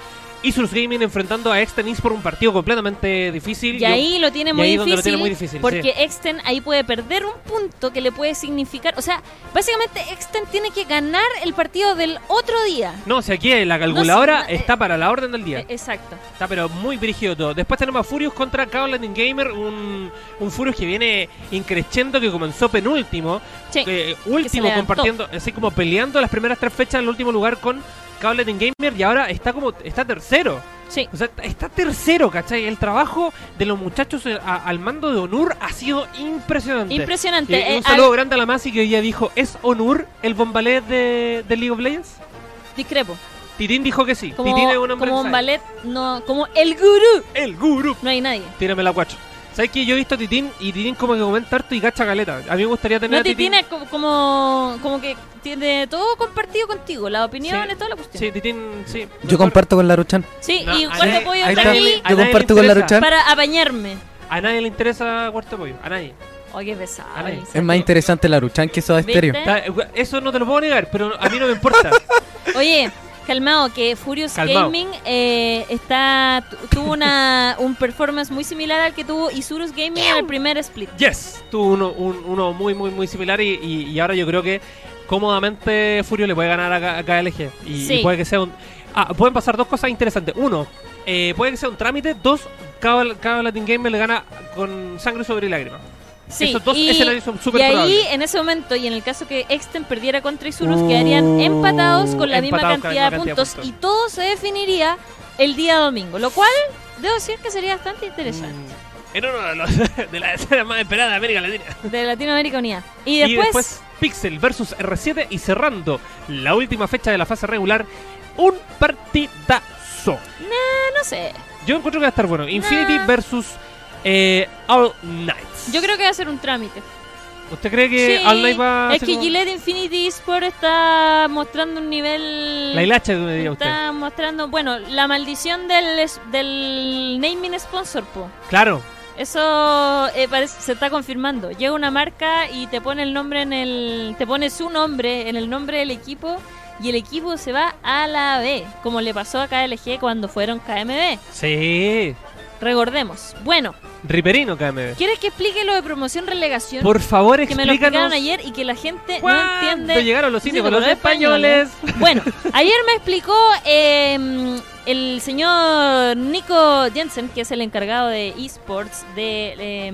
[SPEAKER 1] Isurus Gaming enfrentando a Extenis por un partido completamente difícil.
[SPEAKER 2] Y
[SPEAKER 1] Yo-
[SPEAKER 2] ahí lo tiene
[SPEAKER 1] y
[SPEAKER 2] muy
[SPEAKER 1] ahí donde
[SPEAKER 2] difícil.
[SPEAKER 1] lo tiene muy difícil,
[SPEAKER 2] Porque Exten ahí puede perder un punto que le puede significar. O sea, básicamente Exten tiene que ganar el partido del otro día.
[SPEAKER 1] No, si aquí la calculadora
[SPEAKER 2] No, sí, no, eh,
[SPEAKER 1] está para la orden del día.
[SPEAKER 2] Eh, Exacto.
[SPEAKER 1] Está pero muy brígido todo. Después tenemos a Furious contra Cabo Latin Gamer, un, un Furious que viene increciendo, que comenzó penúltimo.
[SPEAKER 2] Sí.
[SPEAKER 1] eh,
[SPEAKER 2] se
[SPEAKER 1] último
[SPEAKER 2] levantó.
[SPEAKER 1] compartiendo, así como peleando las primeras tres fechas en el último lugar con Cabo Latin Gamer y ahora está como, está tercero.
[SPEAKER 2] Sí.
[SPEAKER 1] O sea, está tercero, ¿cachai? El trabajo de los muchachos eh, a- al mando de Onur ha sido impresionante.
[SPEAKER 2] Impresionante.
[SPEAKER 1] Eh,
[SPEAKER 2] Eh,
[SPEAKER 1] un saludo grande a la Masi que hoy día dijo, ¿es Onur el bombalé de, de League of Legends?
[SPEAKER 2] al- discrepo.
[SPEAKER 1] Titín dijo que sí.
[SPEAKER 2] Como,
[SPEAKER 1] Titín es un hombre
[SPEAKER 2] como
[SPEAKER 1] que
[SPEAKER 2] un
[SPEAKER 1] sabe.
[SPEAKER 2] ballet, no, como el gurú.
[SPEAKER 1] El gurú.
[SPEAKER 2] No hay nadie.
[SPEAKER 1] Tírame la guacho. ¿Sabes que yo he visto a Titín y Titín como que comenta harto y gacha caleta? A mí me gustaría tener
[SPEAKER 2] No
[SPEAKER 1] a
[SPEAKER 2] te
[SPEAKER 1] Titín.
[SPEAKER 2] tiene como, como, como que tiene todo compartido contigo, la opinión
[SPEAKER 1] Sí.
[SPEAKER 2] toda la cuestión.
[SPEAKER 1] Sí, Titín, sí.
[SPEAKER 3] Yo comparto con la Ruchan.
[SPEAKER 2] Sí,
[SPEAKER 1] No,
[SPEAKER 2] y
[SPEAKER 1] a
[SPEAKER 2] cuarto
[SPEAKER 1] nadie-
[SPEAKER 2] pollo
[SPEAKER 1] a
[SPEAKER 2] para
[SPEAKER 3] está.
[SPEAKER 1] nadie-
[SPEAKER 2] mí
[SPEAKER 1] a
[SPEAKER 3] Yo
[SPEAKER 1] nadie le
[SPEAKER 3] comparto con la
[SPEAKER 1] interesa.
[SPEAKER 3] Ruchan.
[SPEAKER 2] para apañarme.
[SPEAKER 1] A nadie le interesa cuarto pollo. A
[SPEAKER 2] ¿Eh?
[SPEAKER 1] nadie.
[SPEAKER 2] Oye, qué pesado.
[SPEAKER 1] A nadie.
[SPEAKER 2] Isaac.
[SPEAKER 3] Es más interesante la Ruchan que Soda
[SPEAKER 2] ¿Viste?
[SPEAKER 3] Stereo.
[SPEAKER 1] Está- Eso no te lo puedo negar, pero a mí no me importa.
[SPEAKER 2] Oye, calmado, que Furious
[SPEAKER 1] Calmao.
[SPEAKER 2] Gaming eh, está tu- tuvo una, un performance muy similar al que tuvo Isurus Gaming en el primer split.
[SPEAKER 1] Yes, tuvo uno, un- uno muy, muy, muy similar y, y- y ahora yo creo que cómodamente Furio le puede ganar a, K- a KLG. Y, y
[SPEAKER 2] Sí.
[SPEAKER 1] puede que sea un... Ah, pueden pasar dos cosas interesantes. Uno, eh, puede que sea un trámite. Dos, cada, Latin Gamer le gana con sangre sobre lágrimas.
[SPEAKER 2] Sí,
[SPEAKER 1] Esos dos
[SPEAKER 2] y,
[SPEAKER 1] escenarios son súper
[SPEAKER 2] y ahí
[SPEAKER 1] probables.
[SPEAKER 2] en ese momento y en el caso que Exten perdiera contra Isurus quedarían empatados con la
[SPEAKER 1] Uh, empatados
[SPEAKER 2] misma
[SPEAKER 1] con la
[SPEAKER 2] cantidad de
[SPEAKER 1] misma cantidad de
[SPEAKER 2] puntos
[SPEAKER 1] puntos.
[SPEAKER 2] y todo se definiría el día domingo, lo cual debo decir que sería bastante interesante
[SPEAKER 1] Mm. En uno de, los- de las escenas más esperadas de América Latina.
[SPEAKER 2] de Latinoamérica Unida. Y
[SPEAKER 1] Mm. Y
[SPEAKER 2] después,
[SPEAKER 1] después Pixel versus R7 y cerrando la última fecha de la fase regular, un partidazo.
[SPEAKER 2] No sé.
[SPEAKER 1] Yo encuentro que va a estar bueno. Infinity
[SPEAKER 2] Nah.
[SPEAKER 1] versus eh, All Knights.
[SPEAKER 2] Yo creo que va a ser un trámite.
[SPEAKER 1] ¿Usted cree que
[SPEAKER 2] Sí,
[SPEAKER 1] All Knight va a
[SPEAKER 2] es
[SPEAKER 1] ser
[SPEAKER 2] que
[SPEAKER 1] como-
[SPEAKER 2] Gillette Infinity Sport está mostrando un nivel...
[SPEAKER 1] La hilacha que me diría usted.
[SPEAKER 2] Está mostrando, bueno, la maldición del, es- del naming sponsor, po.
[SPEAKER 1] Claro.
[SPEAKER 2] Eso eh, parece, se está confirmando. Llega una marca y te pone el nombre en el, te pone su nombre en el nombre del equipo y el equipo se va a la B, como le pasó a KLG cuando fueron KMB.
[SPEAKER 1] Sí.
[SPEAKER 2] Recordemos. Bueno,
[SPEAKER 1] Riperino KMB.
[SPEAKER 2] ¿quieres que explique lo de promoción relegación?
[SPEAKER 1] Por favor,
[SPEAKER 2] que me lo explicaron
[SPEAKER 1] explícanos.
[SPEAKER 2] ayer y que la gente no
[SPEAKER 1] ¿Cuándo
[SPEAKER 2] entiende.
[SPEAKER 1] llegaron los indios con
[SPEAKER 2] con
[SPEAKER 1] los españoles?
[SPEAKER 2] Bueno, ayer me explicó eh, el señor Nico Jensen, que es el encargado de esports de, eh,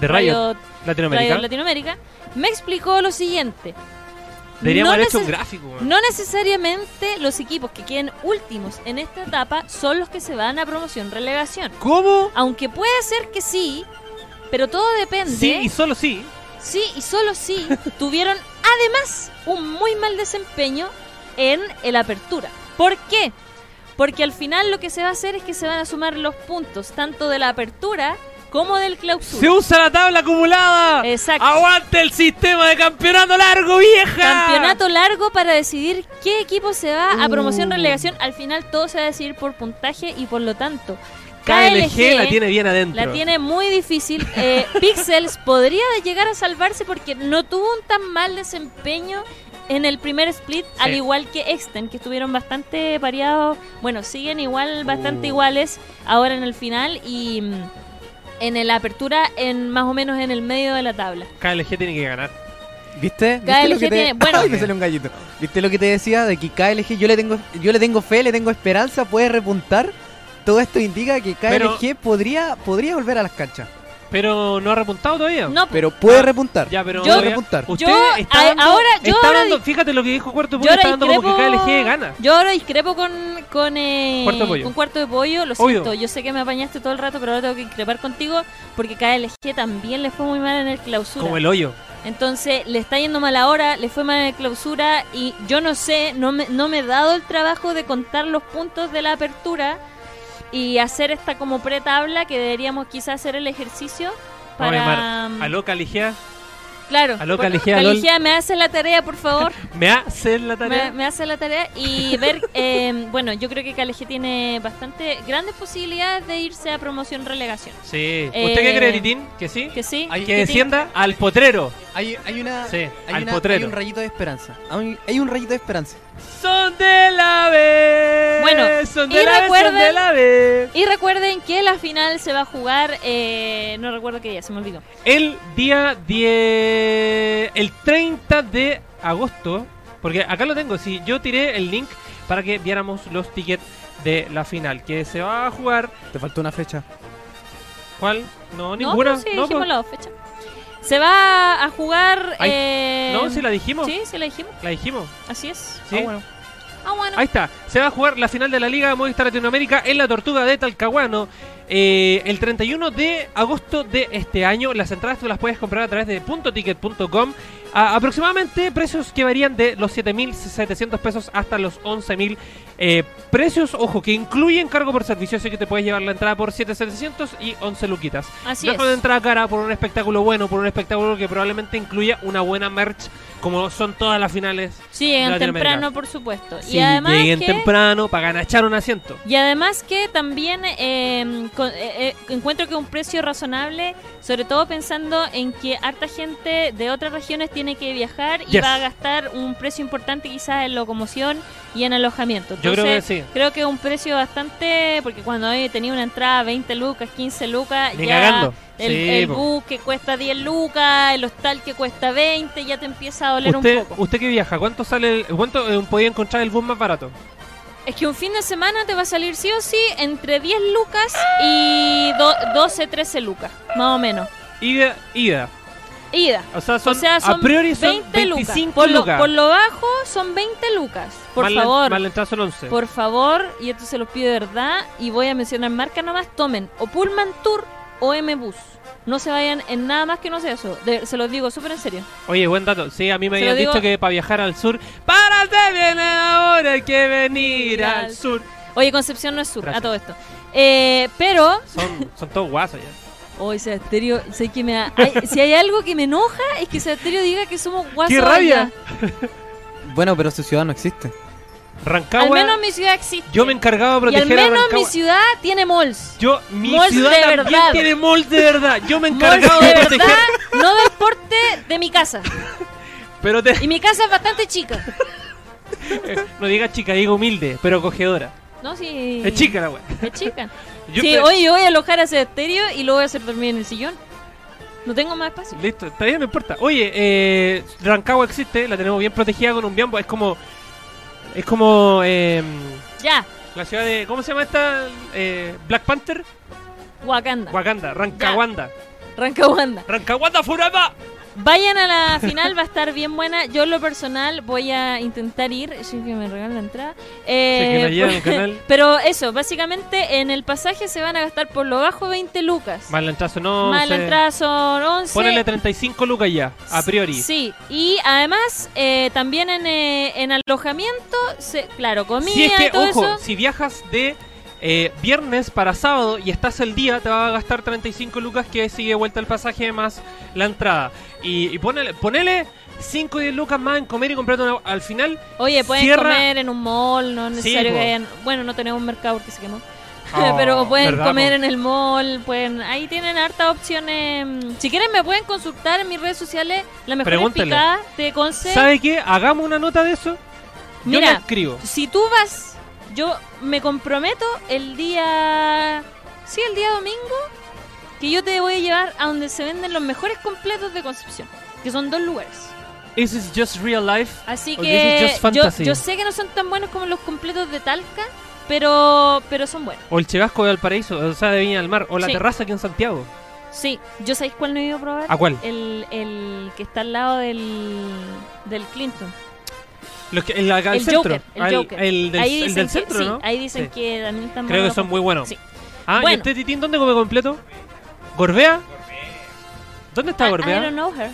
[SPEAKER 1] De Riot Latinoamérica.
[SPEAKER 2] Radio Latinoamérica, me explicó lo siguiente.
[SPEAKER 1] Deberíamos
[SPEAKER 2] No
[SPEAKER 1] haber hecho un
[SPEAKER 2] neces-
[SPEAKER 1] gráfico. weón.
[SPEAKER 2] No necesariamente los equipos que queden últimos en esta etapa son los que se van a promoción-relegación.
[SPEAKER 1] ¿Cómo?
[SPEAKER 2] Aunque puede ser que sí, pero todo depende.
[SPEAKER 1] Sí, y solo sí.
[SPEAKER 2] Sí, y solo sí tuvieron además un muy mal desempeño en el apertura. ¿Por qué? Porque al final lo que se va a hacer es que se van a sumar los puntos, tanto de la apertura como del
[SPEAKER 1] ¡Se
[SPEAKER 2] clausura.
[SPEAKER 1] usa la tabla acumulada!
[SPEAKER 2] Exacto.
[SPEAKER 1] ¡Aguante el sistema de campeonato largo, vieja!
[SPEAKER 2] Campeonato largo para decidir qué equipo se va a
[SPEAKER 1] Uh.
[SPEAKER 2] promoción-relegación. Al final todo se va a decidir por puntaje y por lo tanto
[SPEAKER 1] KLG la tiene bien adentro.
[SPEAKER 2] La tiene muy difícil. Eh, Pixels podría llegar a salvarse porque no tuvo un tan mal desempeño en el primer split, al igual que Exten, que estuvieron bastante pareados. Bueno, siguen igual, bastante
[SPEAKER 1] Uh.
[SPEAKER 2] iguales ahora en el final y mm, en la apertura, en más o menos en el medio de la tabla.
[SPEAKER 1] KLG tiene que ganar.
[SPEAKER 4] ¿Viste?
[SPEAKER 2] KLG
[SPEAKER 4] ¿Viste lo que te...
[SPEAKER 2] tiene- bueno.
[SPEAKER 4] Ay, me salió un gallito. ¿Viste lo que te decía de que KLG yo le tengo yo le tengo fe, le tengo esperanza, puede repuntar? Todo esto indica que KLG podría podría volver a las canchas,
[SPEAKER 1] Pero no ha repuntado todavía.
[SPEAKER 2] No,
[SPEAKER 4] pero puede
[SPEAKER 1] Ah,
[SPEAKER 4] repuntar.
[SPEAKER 1] Ya, pero
[SPEAKER 2] Yo-
[SPEAKER 1] todavía-
[SPEAKER 4] repuntar.
[SPEAKER 1] usted
[SPEAKER 2] Yo-
[SPEAKER 1] está
[SPEAKER 2] a-
[SPEAKER 1] dando-
[SPEAKER 2] ahora- yo
[SPEAKER 1] está
[SPEAKER 2] ahora
[SPEAKER 1] dando-
[SPEAKER 2] di-
[SPEAKER 1] fíjate lo que dijo Cuarto
[SPEAKER 2] yo
[SPEAKER 1] Punto,
[SPEAKER 2] ahora
[SPEAKER 1] está dando como que
[SPEAKER 2] discrepo-
[SPEAKER 1] KLG gana.
[SPEAKER 2] Yo ahora discrepo con con, eh,
[SPEAKER 1] Cuarto de pollo.
[SPEAKER 2] con cuarto de pollo, lo
[SPEAKER 1] Obvio.
[SPEAKER 2] siento, yo sé que me apañaste todo el rato, pero ahora tengo que discrepar contigo porque KLG también le fue muy mal en el clausura.
[SPEAKER 1] Como el hoyo.
[SPEAKER 2] Entonces le está yendo mal ahora, le fue mal en el clausura y yo no sé, no me, no me he dado el trabajo de contar los puntos de la apertura y hacer esta como pretabla que deberíamos quizás hacer el ejercicio
[SPEAKER 1] Vamos a
[SPEAKER 2] para... mm,
[SPEAKER 1] llamar a lo KLG.
[SPEAKER 2] claro,
[SPEAKER 1] aló,
[SPEAKER 2] por-
[SPEAKER 1] Caligea, LOL.
[SPEAKER 2] Caligea, me hace la tarea, por favor.
[SPEAKER 1] ¿Me hace
[SPEAKER 2] me,
[SPEAKER 1] la tarea?
[SPEAKER 2] me hace la tarea y ver, eh, bueno, yo creo que Caligé tiene bastante grandes posibilidades de irse a promoción-relegación.
[SPEAKER 1] Sí.
[SPEAKER 2] Eh,
[SPEAKER 1] ¿Usted qué cree, Titín? ¿Que sí?
[SPEAKER 2] Que sí.
[SPEAKER 4] Hay
[SPEAKER 1] Que
[SPEAKER 2] tiene-
[SPEAKER 1] descienda al potrero.
[SPEAKER 4] Hay, hay una
[SPEAKER 1] Sí,
[SPEAKER 4] hay,
[SPEAKER 1] al
[SPEAKER 4] una-
[SPEAKER 1] potrero.
[SPEAKER 4] hay un rayito de esperanza. Hay, hay un rayito de esperanza.
[SPEAKER 1] Son de la vez.
[SPEAKER 2] Bueno,
[SPEAKER 1] son
[SPEAKER 2] y
[SPEAKER 1] de la vez, son de
[SPEAKER 2] recuerden-
[SPEAKER 1] la vez.
[SPEAKER 2] Y recuerden que la final se va a jugar, eh, no recuerdo qué día, se me olvidó.
[SPEAKER 1] El día 10. El 30 de agosto. Porque acá lo tengo. Si yo tiré el link para que viéramos los tickets de la final. Que se va a jugar.
[SPEAKER 4] Te faltó una fecha.
[SPEAKER 1] ¿Cuál? No,
[SPEAKER 2] No,
[SPEAKER 1] ninguna.
[SPEAKER 2] pero sí,
[SPEAKER 1] No,
[SPEAKER 2] dijimos
[SPEAKER 1] pues.
[SPEAKER 2] la fecha. Se va a jugar.
[SPEAKER 1] Ay,
[SPEAKER 2] eh,
[SPEAKER 1] No, sí la dijimos.
[SPEAKER 2] Sí, sí la dijimos.
[SPEAKER 1] La dijimos.
[SPEAKER 2] Así es.
[SPEAKER 1] Sí.
[SPEAKER 4] Ah, bueno.
[SPEAKER 2] Ah, bueno.
[SPEAKER 1] Ahí está, se va a jugar la final de la Liga de Movistar Latinoamérica en la Tortuga de Talcahuano eh, el 31 de agosto de este año. Las entradas tú las puedes comprar a través de puntoticket.com a aproximadamente precios que varían de los 7.700 pesos hasta los 11.000 eh, precios, ojo, que incluyen cargo por servicio, así que te puedes llevar la entrada por 7.700 y 11 luquitas.
[SPEAKER 2] Así
[SPEAKER 1] No
[SPEAKER 2] es.
[SPEAKER 1] es una entrada cara por un espectáculo bueno, por un espectáculo que probablemente incluya una buena merch, como son todas las finales
[SPEAKER 2] Sí, llegan
[SPEAKER 1] Latinoamérica.
[SPEAKER 2] temprano, por supuesto.
[SPEAKER 1] Sí,
[SPEAKER 2] y además.
[SPEAKER 1] lleguen
[SPEAKER 2] que-
[SPEAKER 1] temprano para ganachar un asiento.
[SPEAKER 2] Y además que también eh, con- eh, eh, encuentro que un precio razonable, sobre todo pensando en que harta gente de otras regiones tiene que viajar y
[SPEAKER 1] Yes.
[SPEAKER 2] va a gastar un precio importante quizás en locomoción y en alojamiento.
[SPEAKER 1] Yo creo que
[SPEAKER 2] Entonces,
[SPEAKER 1] sí.
[SPEAKER 2] Creo que es un precio bastante, porque cuando hoy tenía una entrada 20 lucas, 15 lucas,
[SPEAKER 1] Ni
[SPEAKER 2] ya
[SPEAKER 1] cagando.
[SPEAKER 2] el,
[SPEAKER 1] Sí,
[SPEAKER 2] el
[SPEAKER 1] po.
[SPEAKER 2] bus que cuesta 10 lucas, el hostal que cuesta 20, ya te empieza a doler
[SPEAKER 1] Usted,
[SPEAKER 2] un poco.
[SPEAKER 1] usted que viaja, ¿cuánto sale el, cuánto eh, podía encontrar el bus más barato?
[SPEAKER 2] Es que un fin de semana te va a salir sí o sí entre 10 lucas y do- 12, 13 lucas, más o menos.
[SPEAKER 1] Ida, ida.
[SPEAKER 2] Ida.
[SPEAKER 1] O sea, son,
[SPEAKER 2] o sea, son
[SPEAKER 1] a priori son
[SPEAKER 2] 20 lucas.
[SPEAKER 1] 25
[SPEAKER 2] Por lo,
[SPEAKER 1] lucas.
[SPEAKER 2] por lo bajo son 20 lucas. Por
[SPEAKER 1] Más la-
[SPEAKER 2] favor.
[SPEAKER 1] más la entrada son 11.
[SPEAKER 2] Por favor, y esto se los pido de verdad, y voy a mencionar marca nomás, tomen o Pullman Tour o M-Bus. No se vayan en nada más que no sea eso. De- se los digo súper en serio.
[SPEAKER 1] Oye, buen dato. Sí, a mí me
[SPEAKER 2] Se lo
[SPEAKER 1] habían
[SPEAKER 2] digo-
[SPEAKER 1] dicho que para viajar al sur. ¡Párate bien ahora! Hay que venir al sur.
[SPEAKER 2] Oye, Concepción no es sur,
[SPEAKER 1] Gracias.
[SPEAKER 2] a todo esto. Eh, pero,
[SPEAKER 1] Son, son todos guasos ya.
[SPEAKER 2] hoy Seba Stereo, Oh, sé que me da- hay- si hay algo que me enoja es que Sebasterio diga que somos guasos.
[SPEAKER 1] ¡Qué rabia!
[SPEAKER 3] Bueno, pero su ciudad no existe.
[SPEAKER 2] allá. Al
[SPEAKER 1] Rancagua.
[SPEAKER 2] menos mi ciudad existe.
[SPEAKER 1] Yo me encargaba de
[SPEAKER 2] y al
[SPEAKER 1] proteger a
[SPEAKER 2] menos
[SPEAKER 1] Rancagua.
[SPEAKER 2] mi ciudad tiene malls.
[SPEAKER 1] Yo, mi
[SPEAKER 2] Malls
[SPEAKER 1] ciudad
[SPEAKER 2] de
[SPEAKER 1] también
[SPEAKER 2] verdad.
[SPEAKER 1] tiene malls de verdad. Yo me
[SPEAKER 2] Malls
[SPEAKER 1] encargaba
[SPEAKER 2] de
[SPEAKER 1] de proteger.
[SPEAKER 2] verdad, no del porte de mi casa.
[SPEAKER 1] Pero te-
[SPEAKER 2] Y mi casa es bastante chica.
[SPEAKER 1] no digas chica, digo humilde, pero acogedora.
[SPEAKER 2] No, sí.
[SPEAKER 1] Es chica la wea.
[SPEAKER 2] Es chica.
[SPEAKER 1] Yo
[SPEAKER 2] sí,
[SPEAKER 1] te-
[SPEAKER 2] hoy yo voy a alojar a ese estéreo y lo voy a hacer dormir en el sillón. No tengo más espacio.
[SPEAKER 1] Listo, está bien, no importa. Oye, eh, Rancagua existe, la tenemos bien protegida con un biombo. Es como. Es como. eh,
[SPEAKER 2] Ya,
[SPEAKER 1] la ciudad de. ¿Cómo se llama esta? Eh, Black Panther.
[SPEAKER 2] Wakanda.
[SPEAKER 1] Wakanda, Rancagwanda.
[SPEAKER 2] Rancagwanda.
[SPEAKER 1] Rancagwanda Furama.
[SPEAKER 2] Vayan a la final, va a estar bien buena. Yo en lo personal voy a intentar ir, sin que me regalen la entrada. Eh,
[SPEAKER 1] Sí, que la lleven al canal.
[SPEAKER 2] Pero eso, básicamente en el pasaje se van a gastar por lo bajo 20 lucas.
[SPEAKER 1] Mal lanchazo, no.
[SPEAKER 2] Más la
[SPEAKER 1] sé.
[SPEAKER 2] entrada son 11.
[SPEAKER 1] Ponele 35 lucas ya, a priori.
[SPEAKER 2] Sí, y además eh, también en, eh, en alojamiento, se, claro, comida
[SPEAKER 1] Si es
[SPEAKER 2] y
[SPEAKER 1] que,
[SPEAKER 2] todo
[SPEAKER 1] ojo,
[SPEAKER 2] eso.
[SPEAKER 1] si viajas de eh, viernes para sábado y estás el día, te va a gastar 35 lucas que sigue vuelta el pasaje más la entrada. Y, y ponele, ponele 5 o 10 lucas más en comer y comprarte una- al final.
[SPEAKER 2] Oye, pueden
[SPEAKER 1] cierra-
[SPEAKER 2] comer en un mall, no es
[SPEAKER 1] Sí,
[SPEAKER 2] necesario que
[SPEAKER 1] po.
[SPEAKER 2] hayan. Bueno, no tenemos un mercado porque se quemó.
[SPEAKER 1] Oh,
[SPEAKER 2] pero pueden
[SPEAKER 1] ¿verdad,
[SPEAKER 2] comer
[SPEAKER 1] po?
[SPEAKER 2] en el mall, pueden. Ahí tienen hartas opciones. Si quieren, me pueden consultar en mis redes sociales las mejores
[SPEAKER 1] Pregúntenle.
[SPEAKER 2] picadas de Conce.
[SPEAKER 1] ¿Sabe qué? Hagamos una nota de eso. Yo
[SPEAKER 2] Mira.
[SPEAKER 1] la escribo.
[SPEAKER 2] Si tú vas, yo me comprometo el día. Sí, el día domingo, que yo te voy a llevar a donde se venden los mejores completos de Concepción, que son dos lugares.
[SPEAKER 1] This is just real life.
[SPEAKER 2] Así
[SPEAKER 1] Oh, this is
[SPEAKER 2] que
[SPEAKER 1] just
[SPEAKER 2] yo,
[SPEAKER 1] fantasy.
[SPEAKER 2] yo sé que no son tan buenos como los completos de Talca, pero pero son buenos.
[SPEAKER 1] O el Chevasco de Valparaíso, o sea, de Viña del Mar. O la
[SPEAKER 2] Sí.
[SPEAKER 1] terraza aquí en Santiago.
[SPEAKER 2] Sí, yo sabéis cuál no he ido a probar.
[SPEAKER 1] ¿A cuál?
[SPEAKER 2] El, el que está al lado del, del Clinton.
[SPEAKER 1] Los que- el, acá al
[SPEAKER 2] El
[SPEAKER 1] centro.
[SPEAKER 2] Joker, el
[SPEAKER 1] Ah,
[SPEAKER 2] Joker.
[SPEAKER 1] el del,
[SPEAKER 2] ahí
[SPEAKER 1] el
[SPEAKER 2] dicen
[SPEAKER 1] del
[SPEAKER 2] que,
[SPEAKER 1] centro,
[SPEAKER 2] sí,
[SPEAKER 1] ¿no?
[SPEAKER 2] ahí dicen
[SPEAKER 1] Sí.
[SPEAKER 2] que también están
[SPEAKER 1] Creo
[SPEAKER 2] malos
[SPEAKER 1] que son
[SPEAKER 2] los
[SPEAKER 1] muy buenos.
[SPEAKER 2] Sí.
[SPEAKER 1] Ah, ¿y
[SPEAKER 2] Bueno.
[SPEAKER 1] este titín dónde come completo? ¿Gorbea? ¿Dónde está
[SPEAKER 2] I-
[SPEAKER 1] Gorbea?
[SPEAKER 2] I don't know her.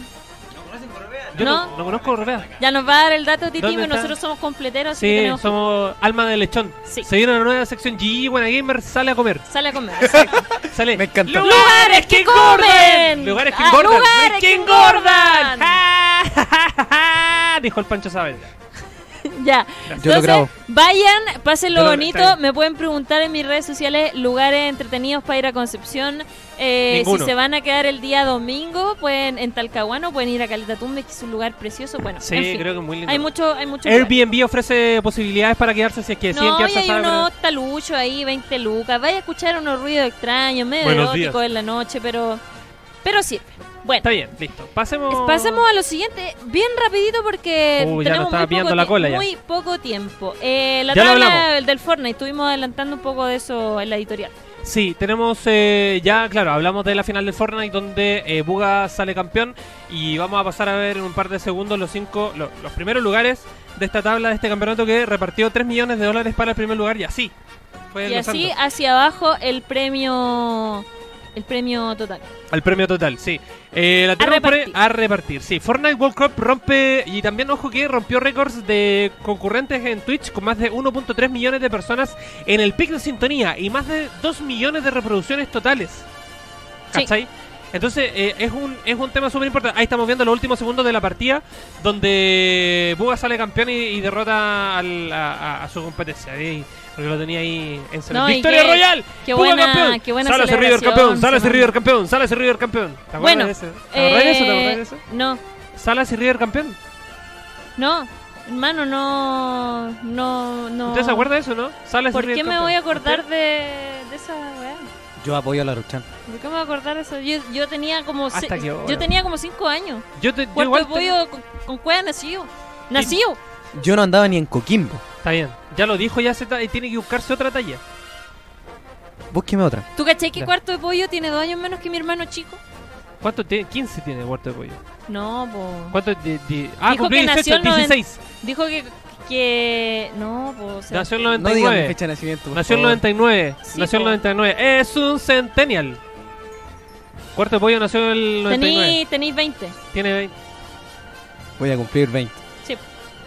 [SPEAKER 1] Yo no,
[SPEAKER 2] ah, No.
[SPEAKER 1] no conozco Gorbea.
[SPEAKER 2] Ya nos va a dar el dato Titi,
[SPEAKER 1] ¿Dónde
[SPEAKER 2] pero
[SPEAKER 1] está?
[SPEAKER 2] nosotros somos completeros, así que
[SPEAKER 1] Sí,
[SPEAKER 2] tenemos-
[SPEAKER 1] somos alma de lechón.
[SPEAKER 2] Sí.
[SPEAKER 1] Se viene una nueva sección GG Buena Gamer sale a comer.
[SPEAKER 2] sale a comer. exacto.
[SPEAKER 1] Sale.
[SPEAKER 3] Me encantó.
[SPEAKER 2] ¡Lugares que comen!
[SPEAKER 1] Lugares que
[SPEAKER 2] Ah,
[SPEAKER 1] engordan.
[SPEAKER 2] ¡Lugares que engordan!
[SPEAKER 1] ¡Ja, ja, ja, ja! Dijo el Pancho Saavedra.
[SPEAKER 2] ya.
[SPEAKER 3] Yo lo
[SPEAKER 2] Entonces,
[SPEAKER 3] grabo.
[SPEAKER 2] Vayan, pásenlo
[SPEAKER 1] Yo lo- está
[SPEAKER 2] bonito.
[SPEAKER 1] bien.
[SPEAKER 2] Me pueden preguntar en mis redes sociales lugares entretenidos para ir a Concepción. Eh, si
[SPEAKER 1] Ninguno.
[SPEAKER 2] se van a quedar el día domingo, pueden en Talcahuano, pueden ir a Caleta Tumbes, que es un lugar precioso. Bueno,
[SPEAKER 1] Sí,
[SPEAKER 2] en fin,
[SPEAKER 1] creo que es muy lindo.
[SPEAKER 2] hay mucho, hay mucho.
[SPEAKER 1] Airbnb ofrece posibilidades para quedarse si es que deciden
[SPEAKER 2] No, y
[SPEAKER 1] quedarse
[SPEAKER 2] hay
[SPEAKER 1] a
[SPEAKER 2] unos taluchos ahí, 20 lucas. Vaya a escuchar unos ruidos extraños, medio
[SPEAKER 1] Buenos
[SPEAKER 2] eróticos en la noche, pero, pero sirve. Bueno,
[SPEAKER 1] Está bien, listo. Pasemos.
[SPEAKER 2] pasemos a lo siguiente, bien rapidito porque
[SPEAKER 1] Uh, ya nos
[SPEAKER 2] tenemos
[SPEAKER 1] estaba
[SPEAKER 2] muy,
[SPEAKER 1] pillando
[SPEAKER 2] poco
[SPEAKER 1] la
[SPEAKER 2] tie-
[SPEAKER 1] cola ya.
[SPEAKER 2] muy poco tiempo. Eh, la
[SPEAKER 1] Ya lo
[SPEAKER 2] tabla
[SPEAKER 1] hablamos.
[SPEAKER 2] del Fortnite, estuvimos adelantando un poco de eso en la editorial.
[SPEAKER 1] Sí, tenemos eh, ya, claro, hablamos de la final del Fortnite donde eh, Buga sale campeón y vamos a pasar a ver en un par de segundos los cinco, lo- los primeros lugares de esta tabla de este campeonato que repartió 3 millones de dólares para el primer lugar y así. Fue
[SPEAKER 2] Y así
[SPEAKER 1] enlazando.
[SPEAKER 2] hacia abajo el premio el premio total.
[SPEAKER 1] Al premio total, sí. Eh, la tenemos por ahí-
[SPEAKER 2] repartir.
[SPEAKER 1] a repartir, sí. Fortnite World Cup rompe, y también ojo que rompió récords de concurrentes en Twitch con más de 1.3 millones de personas en el pic de sintonía y más de 2 millones de reproducciones totales.
[SPEAKER 2] Sí.
[SPEAKER 1] ¿Cachai? Entonces eh, es, un, es un tema súper importante. Ahí estamos viendo los últimos segundos de la partida donde Buga sale campeón y, y derrota al- a, a- a su competencia. ahí, porque lo tenía ahí en
[SPEAKER 2] No, y
[SPEAKER 1] ¡Victoria
[SPEAKER 2] qué-
[SPEAKER 1] Royal!
[SPEAKER 2] Qué
[SPEAKER 1] Puga
[SPEAKER 2] buena,
[SPEAKER 1] campeón.
[SPEAKER 2] qué buena
[SPEAKER 1] Salas de River
[SPEAKER 2] celebración,
[SPEAKER 1] campeón, Salas y
[SPEAKER 2] Samantha.
[SPEAKER 1] River campeón, Salas y River campeón. ¿Te acuerdas
[SPEAKER 2] Bueno, eh,
[SPEAKER 1] de ese? ¿Te acuerdas de eso? ¿Te acuerdas de eso?
[SPEAKER 2] No,
[SPEAKER 1] Salas y River campeón.
[SPEAKER 2] no, hermano, no, no, no.
[SPEAKER 1] ¿Usted se acuerda de eso, no? Salas y
[SPEAKER 2] ¿Por
[SPEAKER 1] River
[SPEAKER 2] qué me
[SPEAKER 1] campeón.
[SPEAKER 2] voy a acordar de, de esa weá?
[SPEAKER 3] Yo apoyo a la Ruchan.
[SPEAKER 2] ¿Por qué me voy a acordar de eso? Yo, yo tenía como
[SPEAKER 1] ¿Hasta
[SPEAKER 2] se-
[SPEAKER 1] qué hora?
[SPEAKER 2] yo tenía como cinco años.
[SPEAKER 1] ¿Usted? Yo, te, yo
[SPEAKER 2] Cuarto
[SPEAKER 1] igual
[SPEAKER 2] de
[SPEAKER 1] te-
[SPEAKER 2] pollo con, con cueva nacido. Nacido.
[SPEAKER 3] Yo no andaba ni en Coquimbo.
[SPEAKER 1] Está bien. Ya lo dijo, ya se ta- y tiene que buscarse otra talla.
[SPEAKER 3] Búsqueme otra.
[SPEAKER 2] ¿Tú caché que
[SPEAKER 1] Ya.
[SPEAKER 2] cuarto de pollo tiene dos años menos que mi hermano chico?
[SPEAKER 1] ¿Cuánto tiene? 15 tiene Huerto de Pollo.
[SPEAKER 2] No, po.
[SPEAKER 1] ¿Cuánto? De, de- Ah,
[SPEAKER 2] Dijo
[SPEAKER 1] cumplió
[SPEAKER 2] que nació
[SPEAKER 1] 18,
[SPEAKER 2] el noven-
[SPEAKER 1] 16.
[SPEAKER 2] Dijo que, que no, po. o sea,
[SPEAKER 1] Nació el
[SPEAKER 3] No digan mi
[SPEAKER 1] 99.
[SPEAKER 3] fecha de nacimiento. por
[SPEAKER 1] Nació el
[SPEAKER 3] favor.
[SPEAKER 1] 99.
[SPEAKER 2] Sí,
[SPEAKER 1] Nació el
[SPEAKER 2] po.
[SPEAKER 1] 99. Es un centennial. Cuarto de pollo nació en el 99.
[SPEAKER 2] Tenéis tenéis 20.
[SPEAKER 1] Tiene 20.
[SPEAKER 5] Voy a cumplir 20.
[SPEAKER 2] Sí.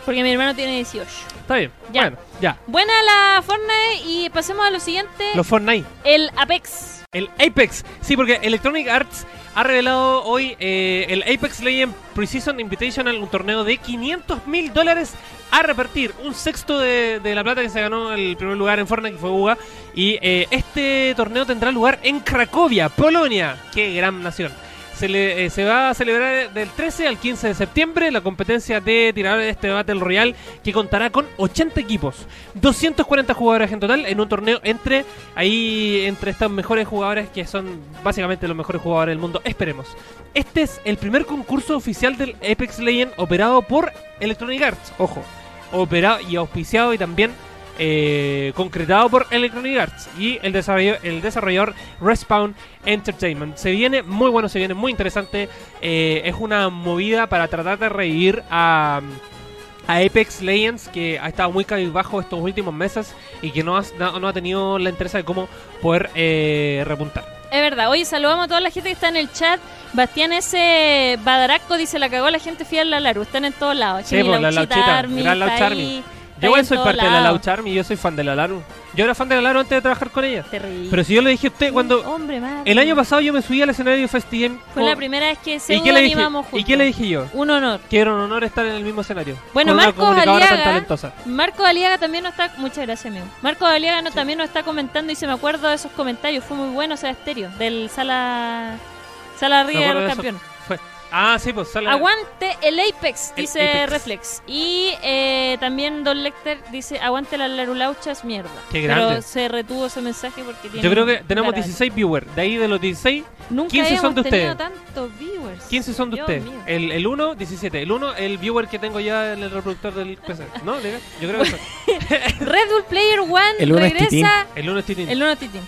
[SPEAKER 2] Porque mi hermano tiene 18.
[SPEAKER 1] Está bien.
[SPEAKER 2] Ya.
[SPEAKER 1] Bueno, ya.
[SPEAKER 2] Buena la Fortnite y pasemos a lo siguiente.
[SPEAKER 1] Los Fortnite.
[SPEAKER 2] El Apex.
[SPEAKER 1] El Apex. Sí, porque Electronic Arts ha revelado hoy eh, el Apex Legends Precision Invitational, un torneo de 500 mil dólares a repartir. Un sexto de, de la plata que se ganó en el primer lugar en Fortnite, que fue UGA. Y eh, este torneo tendrá lugar en Cracovia, Polonia. ¡Qué gran nación! Se, le- eh, se va a celebrar del 13 al 15 de septiembre la competencia de tiradores de este Battle Royale que contará con 80 equipos, 240 jugadores en total en un torneo entre ahí entre estos mejores jugadores que son básicamente los mejores jugadores del mundo, esperemos. Este es el primer concurso oficial del Apex Legends operado por Electronic Arts, ojo, operado y auspiciado y también eh, concretado por Electronic Arts y el, desarrollo- el desarrollador Respawn Entertainment. Se viene muy bueno, se viene muy interesante. eh, es una movida para tratar de revivir a, a Apex Legends que ha estado muy cabizbajo estos últimos meses y que no, has- no, no ha tenido la interés de cómo poder eh, repuntar.
[SPEAKER 2] Es verdad. Oye, saludamos a toda la gente que está en el chat. Bastián ese Badaraco dice la cagó la gente fiel a la Laru. Están en todos lados.
[SPEAKER 1] Sí,
[SPEAKER 2] Chini
[SPEAKER 1] pues, la Lauchita,
[SPEAKER 2] Army,
[SPEAKER 1] gran
[SPEAKER 2] está
[SPEAKER 1] Laucha
[SPEAKER 2] ahí.
[SPEAKER 1] Army.
[SPEAKER 2] Está
[SPEAKER 1] Yo
[SPEAKER 2] ahí
[SPEAKER 1] igual
[SPEAKER 2] en
[SPEAKER 1] soy
[SPEAKER 2] todos
[SPEAKER 1] parte de la
[SPEAKER 2] lados.
[SPEAKER 1] Lauch Army, yo soy fan de la Laru. Yo era fan de la Laru antes de trabajar con ella.
[SPEAKER 2] Te reí.
[SPEAKER 1] Pero si yo le dije a usted, cuando
[SPEAKER 2] Hombre, madre.
[SPEAKER 1] el año pasado yo me subí al escenario de FestiGame
[SPEAKER 2] Oh. Fue
[SPEAKER 1] con-
[SPEAKER 2] la primera vez que se
[SPEAKER 1] ¿Y qué, le dije?
[SPEAKER 2] animamos juntos.
[SPEAKER 1] ¿Y qué le dije yo?
[SPEAKER 2] Un honor.
[SPEAKER 1] Que era un honor estar en el mismo escenario.
[SPEAKER 2] Bueno,
[SPEAKER 1] con una
[SPEAKER 2] Marcos
[SPEAKER 1] comunicadora tan
[SPEAKER 2] Aliaga. ¿eh?
[SPEAKER 1] talentosa.
[SPEAKER 2] Marco Aliaga también nos está. Muchas gracias, amigo. Marco Aliaga no, también nos está comentando y se me acuerdo de esos comentarios. Fue muy bueno ese estéreo del Sala. Sala
[SPEAKER 1] Me
[SPEAKER 2] Ría de los
[SPEAKER 1] acuerdo de eso.
[SPEAKER 2] campeones.
[SPEAKER 1] Fue- Ah, sí, pues sale.
[SPEAKER 2] Aguante el Apex,
[SPEAKER 1] El
[SPEAKER 2] dice
[SPEAKER 1] Apex.
[SPEAKER 2] Reflex. Y eh, también Don Lecter dice: Aguante las larulauchas, mierda.
[SPEAKER 1] Qué grande.
[SPEAKER 2] Pero se retuvo ese mensaje porque tiene.
[SPEAKER 1] Yo creo que
[SPEAKER 2] un
[SPEAKER 1] tenemos
[SPEAKER 2] carácter.
[SPEAKER 1] 16 viewers. De ahí de los 16,
[SPEAKER 2] Nunca
[SPEAKER 1] 15 son
[SPEAKER 2] habíamos
[SPEAKER 1] de
[SPEAKER 2] tenido
[SPEAKER 1] ustedes.
[SPEAKER 2] tantos viewers.
[SPEAKER 1] 15 son de
[SPEAKER 2] Dios
[SPEAKER 1] ustedes.
[SPEAKER 2] mío.
[SPEAKER 1] El, el 1, 17. El 1, el viewer que tengo ya en el reproductor del PC. ¿No? Diga, Yo creo que son.
[SPEAKER 2] Red Bull Player One
[SPEAKER 3] El uno es Titín.
[SPEAKER 2] regresa.
[SPEAKER 1] El 1 es Titín.
[SPEAKER 2] El 1 Titín.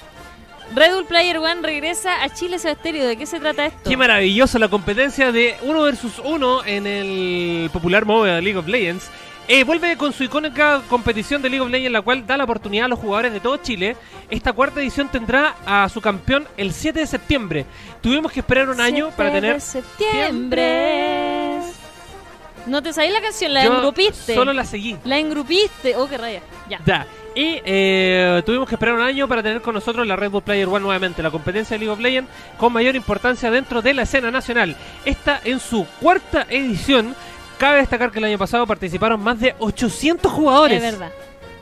[SPEAKER 2] Red Bull Player One regresa a Chile Estéreo. ¿De qué se trata esto?
[SPEAKER 1] Qué maravillosa la competencia de 1 versus 1 en el popular modo de League of Legends. Eh, vuelve con su icónica competición de League of Legends, la cual da la oportunidad a los jugadores de todo Chile. Esta cuarta edición tendrá a su campeón el 7 de septiembre. Tuvimos que esperar un año para
[SPEAKER 2] 7 de
[SPEAKER 1] tener
[SPEAKER 2] septiembre. ¿No te sabéis la canción? La
[SPEAKER 1] Yo
[SPEAKER 2] engrupiste.
[SPEAKER 1] Solo la seguí.
[SPEAKER 2] La engrupiste. Oh, qué raya. Ya.
[SPEAKER 1] Da. Y eh, tuvimos que esperar un año para tener con nosotros la Red Bull Player One nuevamente, la competencia de League of Legends con mayor importancia dentro de la escena nacional. Esta en su cuarta edición. Cabe destacar que el año pasado participaron más de 800 jugadores.
[SPEAKER 2] Es verdad.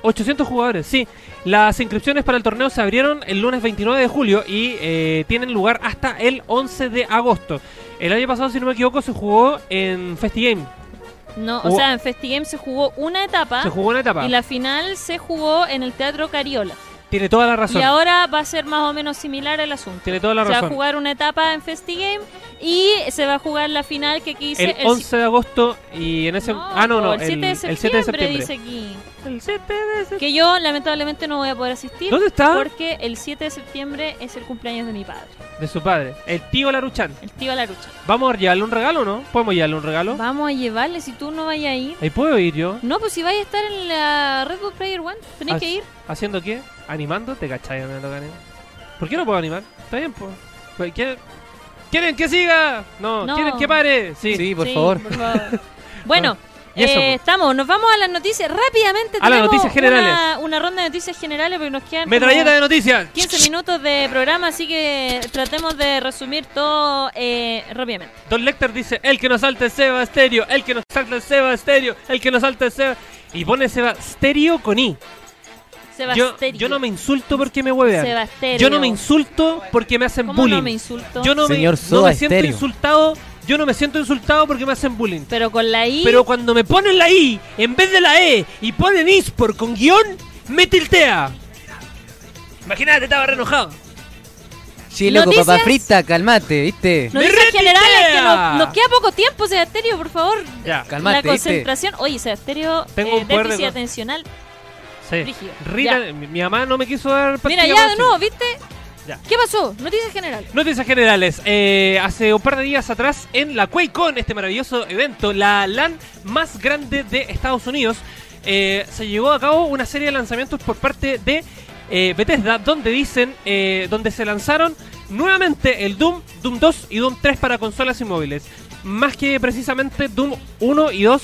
[SPEAKER 1] 800 jugadores, sí. Las inscripciones para el torneo se abrieron el lunes 29 de julio y eh, tienen lugar hasta el 11 de agosto. El año pasado, si no me equivoco, se jugó en FestiGame.
[SPEAKER 2] No, o
[SPEAKER 1] Jugó-
[SPEAKER 2] sea, en FestiGame se jugó una etapa
[SPEAKER 1] Se jugó una etapa.
[SPEAKER 2] Ah, y la final se jugó en el Teatro Cariola.
[SPEAKER 1] Tiene toda la razón.
[SPEAKER 2] Y ahora va a ser más o menos similar el asunto.
[SPEAKER 1] Tiene toda la
[SPEAKER 2] se va a
[SPEAKER 1] razón.
[SPEAKER 2] jugar una etapa en FestiGame y se va a jugar la final que quise
[SPEAKER 1] el 11 de agosto y en ese... ah, no, no,
[SPEAKER 2] el 7 de septiembre,
[SPEAKER 1] el 7 de septiembre.
[SPEAKER 2] dice aquí.
[SPEAKER 1] El 7 de septiembre.
[SPEAKER 2] Que yo lamentablemente no voy a poder asistir
[SPEAKER 1] ¿Dónde está?
[SPEAKER 2] porque el 7 de septiembre es el cumpleaños de mi padre,
[SPEAKER 1] De su padre. El tío Laruchan.
[SPEAKER 2] el tío Larucha.
[SPEAKER 1] ¿Vamos a llevarle un regalo o no? ¿Podemos llevarle un regalo?
[SPEAKER 2] Vamos a llevarle si tú no vayas a ir.
[SPEAKER 1] Ahí puedo ir yo.
[SPEAKER 2] No, pues si vais a estar en la Red Bull Player One, tenés
[SPEAKER 1] As-
[SPEAKER 2] que ir.
[SPEAKER 1] ¿Haciendo qué? ¿Animando? ¿Te cachai? me lo gané. ¿Por qué no puedo animar? Está bien, pues. Pues, ¿quieren- ¿Quieren que siga? No,
[SPEAKER 2] No.
[SPEAKER 1] ¿quieren que pare? Sí.
[SPEAKER 3] Sí, por
[SPEAKER 2] Sí,
[SPEAKER 3] favor.
[SPEAKER 2] favor. bueno.
[SPEAKER 1] Y eso,
[SPEAKER 2] eh,
[SPEAKER 1] pues.
[SPEAKER 2] estamos, nos vamos a las noticias rápidamente.
[SPEAKER 1] A las
[SPEAKER 2] tenemos
[SPEAKER 1] noticias generales.
[SPEAKER 2] Una, una ronda de noticias generales porque nos quedan
[SPEAKER 1] Metralleta
[SPEAKER 2] como
[SPEAKER 1] de noticias.
[SPEAKER 2] 15 minutos de programa, así que tratemos de resumir todo eh, rápidamente.
[SPEAKER 1] Don Lecter dice, el que nos salta es Seba Stereo, el que nos salta es Seba Stereo, el que nos salta es Seba... Y pone Seba Stereo con I. Yo,
[SPEAKER 2] Sebastián.
[SPEAKER 1] yo no me insulto porque me huevean.
[SPEAKER 2] Sebastián.
[SPEAKER 1] Yo no me insulto porque me hacen
[SPEAKER 2] ¿Cómo
[SPEAKER 1] bullying.
[SPEAKER 2] no me insulto?
[SPEAKER 1] yo no,
[SPEAKER 3] Señor
[SPEAKER 1] me, no
[SPEAKER 3] Soda
[SPEAKER 1] me siento
[SPEAKER 3] Stereo.
[SPEAKER 1] insultado. Yo no me siento insultado porque me hacen bullying.
[SPEAKER 2] Pero con la I.
[SPEAKER 1] Pero cuando me ponen la I en vez de la E y ponen ISPOR con guión, me tiltea. Imagínate, estaba re enojado.
[SPEAKER 3] Chile con
[SPEAKER 2] Noticias.
[SPEAKER 3] papa frita, calmate, ¿viste?
[SPEAKER 2] no
[SPEAKER 1] ¡Me
[SPEAKER 2] dices
[SPEAKER 1] retuitea!
[SPEAKER 2] generales, que nos, nos queda poco tiempo, Sebasterio, por favor.
[SPEAKER 1] Ya.
[SPEAKER 2] la
[SPEAKER 3] Calmate, ¿viste?
[SPEAKER 2] concentración. Oye, Sebasterio,
[SPEAKER 1] Tengo
[SPEAKER 2] eh,
[SPEAKER 1] un poder de
[SPEAKER 2] déficit
[SPEAKER 1] con-
[SPEAKER 2] atencional.
[SPEAKER 1] Sí.
[SPEAKER 2] Brígido.
[SPEAKER 1] Rita, mi, mi mamá no me quiso dar
[SPEAKER 2] Mira,
[SPEAKER 1] pastilla
[SPEAKER 2] ya
[SPEAKER 1] para
[SPEAKER 2] de
[SPEAKER 1] el
[SPEAKER 2] nuevo, ¿viste?
[SPEAKER 1] Ya.
[SPEAKER 2] ¿Qué pasó? Noticias generales.
[SPEAKER 1] Noticias generales. Eh, hace un par de días atrás, en la QuakeCon, este maravilloso evento, la LAN más grande de Estados Unidos, eh, se llevó a cabo una serie de lanzamientos por parte de eh, Bethesda, donde dicen, eh, donde se lanzaron nuevamente el Doom, Doom 2 y Doom 3 para consolas y móviles. Más que precisamente Doom 1 y 2,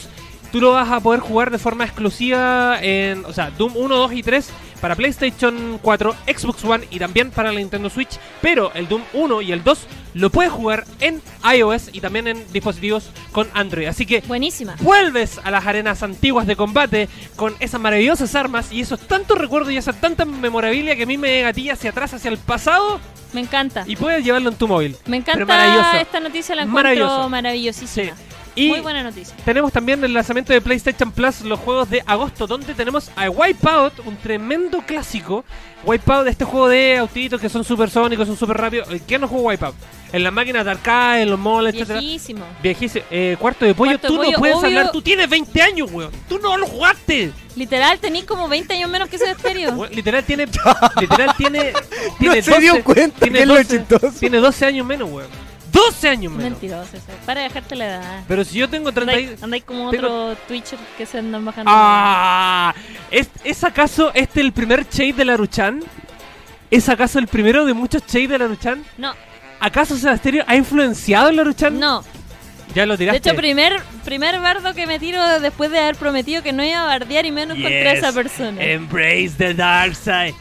[SPEAKER 1] tú lo vas a poder jugar de forma exclusiva en, o sea, Doom 1, 2 y 3 para PlayStation 4, Xbox One y también para la Nintendo Switch. Pero el Doom 1 y el 2 lo puedes jugar en iOS y también en dispositivos con Android. Así que
[SPEAKER 2] Buenísima.
[SPEAKER 1] vuelves a las arenas antiguas de combate con esas maravillosas armas y esos tantos recuerdos y esa tanta memorabilia que a mí me gatilla hacia atrás, hacia el pasado
[SPEAKER 2] Me encanta.
[SPEAKER 1] y puedes llevarlo en tu móvil.
[SPEAKER 2] Me
[SPEAKER 1] Pero maravilloso.
[SPEAKER 2] encanta esta noticia, la
[SPEAKER 1] Maravilloso.
[SPEAKER 2] encuentro
[SPEAKER 1] Sí.
[SPEAKER 2] maravillosísima.
[SPEAKER 1] Y
[SPEAKER 2] Muy buena noticia.
[SPEAKER 1] tenemos también el lanzamiento de PlayStation Plus, los juegos de agosto, donde tenemos a Wipeout, un tremendo clásico. Wipeout, este juego de autitos que son supersónicos, son super rápidos. Eh, ¿Quién no jugó Wipeout? En las máquinas de arcade, en los malls, etcétera.
[SPEAKER 2] Viejísimo.
[SPEAKER 1] Viejísimo. Eh, cuarto de pollo,
[SPEAKER 2] Cuarto de
[SPEAKER 1] tú no
[SPEAKER 2] Pollo,
[SPEAKER 1] puedes
[SPEAKER 2] obvio.
[SPEAKER 1] hablar, tú tienes 20 años, weón. Tú no lo jugaste.
[SPEAKER 2] Literal, tenís como 20 años menos que ese estéreo.
[SPEAKER 1] Weón, literal tiene. literal tiene. tiene
[SPEAKER 4] se dio cuenta
[SPEAKER 1] tiene
[SPEAKER 4] que es lo chistoso.
[SPEAKER 1] Tiene 12 años menos, weón. 12 años menos.
[SPEAKER 2] Mentiroso, ese. para de dejarte la edad.
[SPEAKER 1] Pero si yo tengo 30. y-
[SPEAKER 2] Andáis, andáis como
[SPEAKER 1] tengo-
[SPEAKER 2] otro Twitcher que se andan bajando.
[SPEAKER 1] ¡Ah! ¿Es, ¿es acaso este el primer shade de Laruchan? ¿Es acaso el primero de muchos shades de Laruchan?
[SPEAKER 2] No,
[SPEAKER 1] ¿Acaso Sebastián ha influenciado en Laruchan?
[SPEAKER 2] no.
[SPEAKER 1] Ya lo
[SPEAKER 2] De
[SPEAKER 1] tiraste.
[SPEAKER 2] hecho, primer, primer bardo que me tiro después de haber prometido que no iba a bardear y menos contra
[SPEAKER 1] Yes, Eh.
[SPEAKER 2] esa persona.
[SPEAKER 1] Embrace the dark side.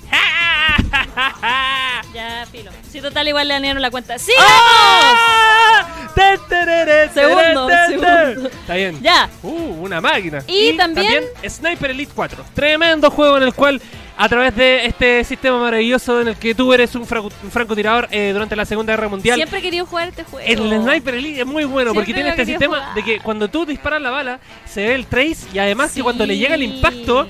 [SPEAKER 2] Ya, filo. Si total, igual le dañaron la cuenta. ¡Sí!
[SPEAKER 1] ¡Ah! Te, te, re, re, te,
[SPEAKER 2] Segundo,
[SPEAKER 1] re, te,
[SPEAKER 2] segundo.
[SPEAKER 1] te. Está bien.
[SPEAKER 2] ¡Ya!
[SPEAKER 1] Uh, una máquina.
[SPEAKER 2] Y también-
[SPEAKER 1] Sniper Elite 4. Tremendo juego en el cual, a través de este sistema maravilloso en el que tú eres un, fragu- un francotirador eh, durante la Segunda Guerra Mundial,
[SPEAKER 2] Siempre he querido jugar este juego.
[SPEAKER 1] el Sniper Elite es muy bueno porque
[SPEAKER 2] Siempre
[SPEAKER 1] tiene
[SPEAKER 2] lo
[SPEAKER 1] este
[SPEAKER 2] quería
[SPEAKER 1] sistema
[SPEAKER 2] jugar.
[SPEAKER 1] de que cuando tú disparas la bala se ve el trace y además
[SPEAKER 2] Sí.
[SPEAKER 1] que cuando le llega el impacto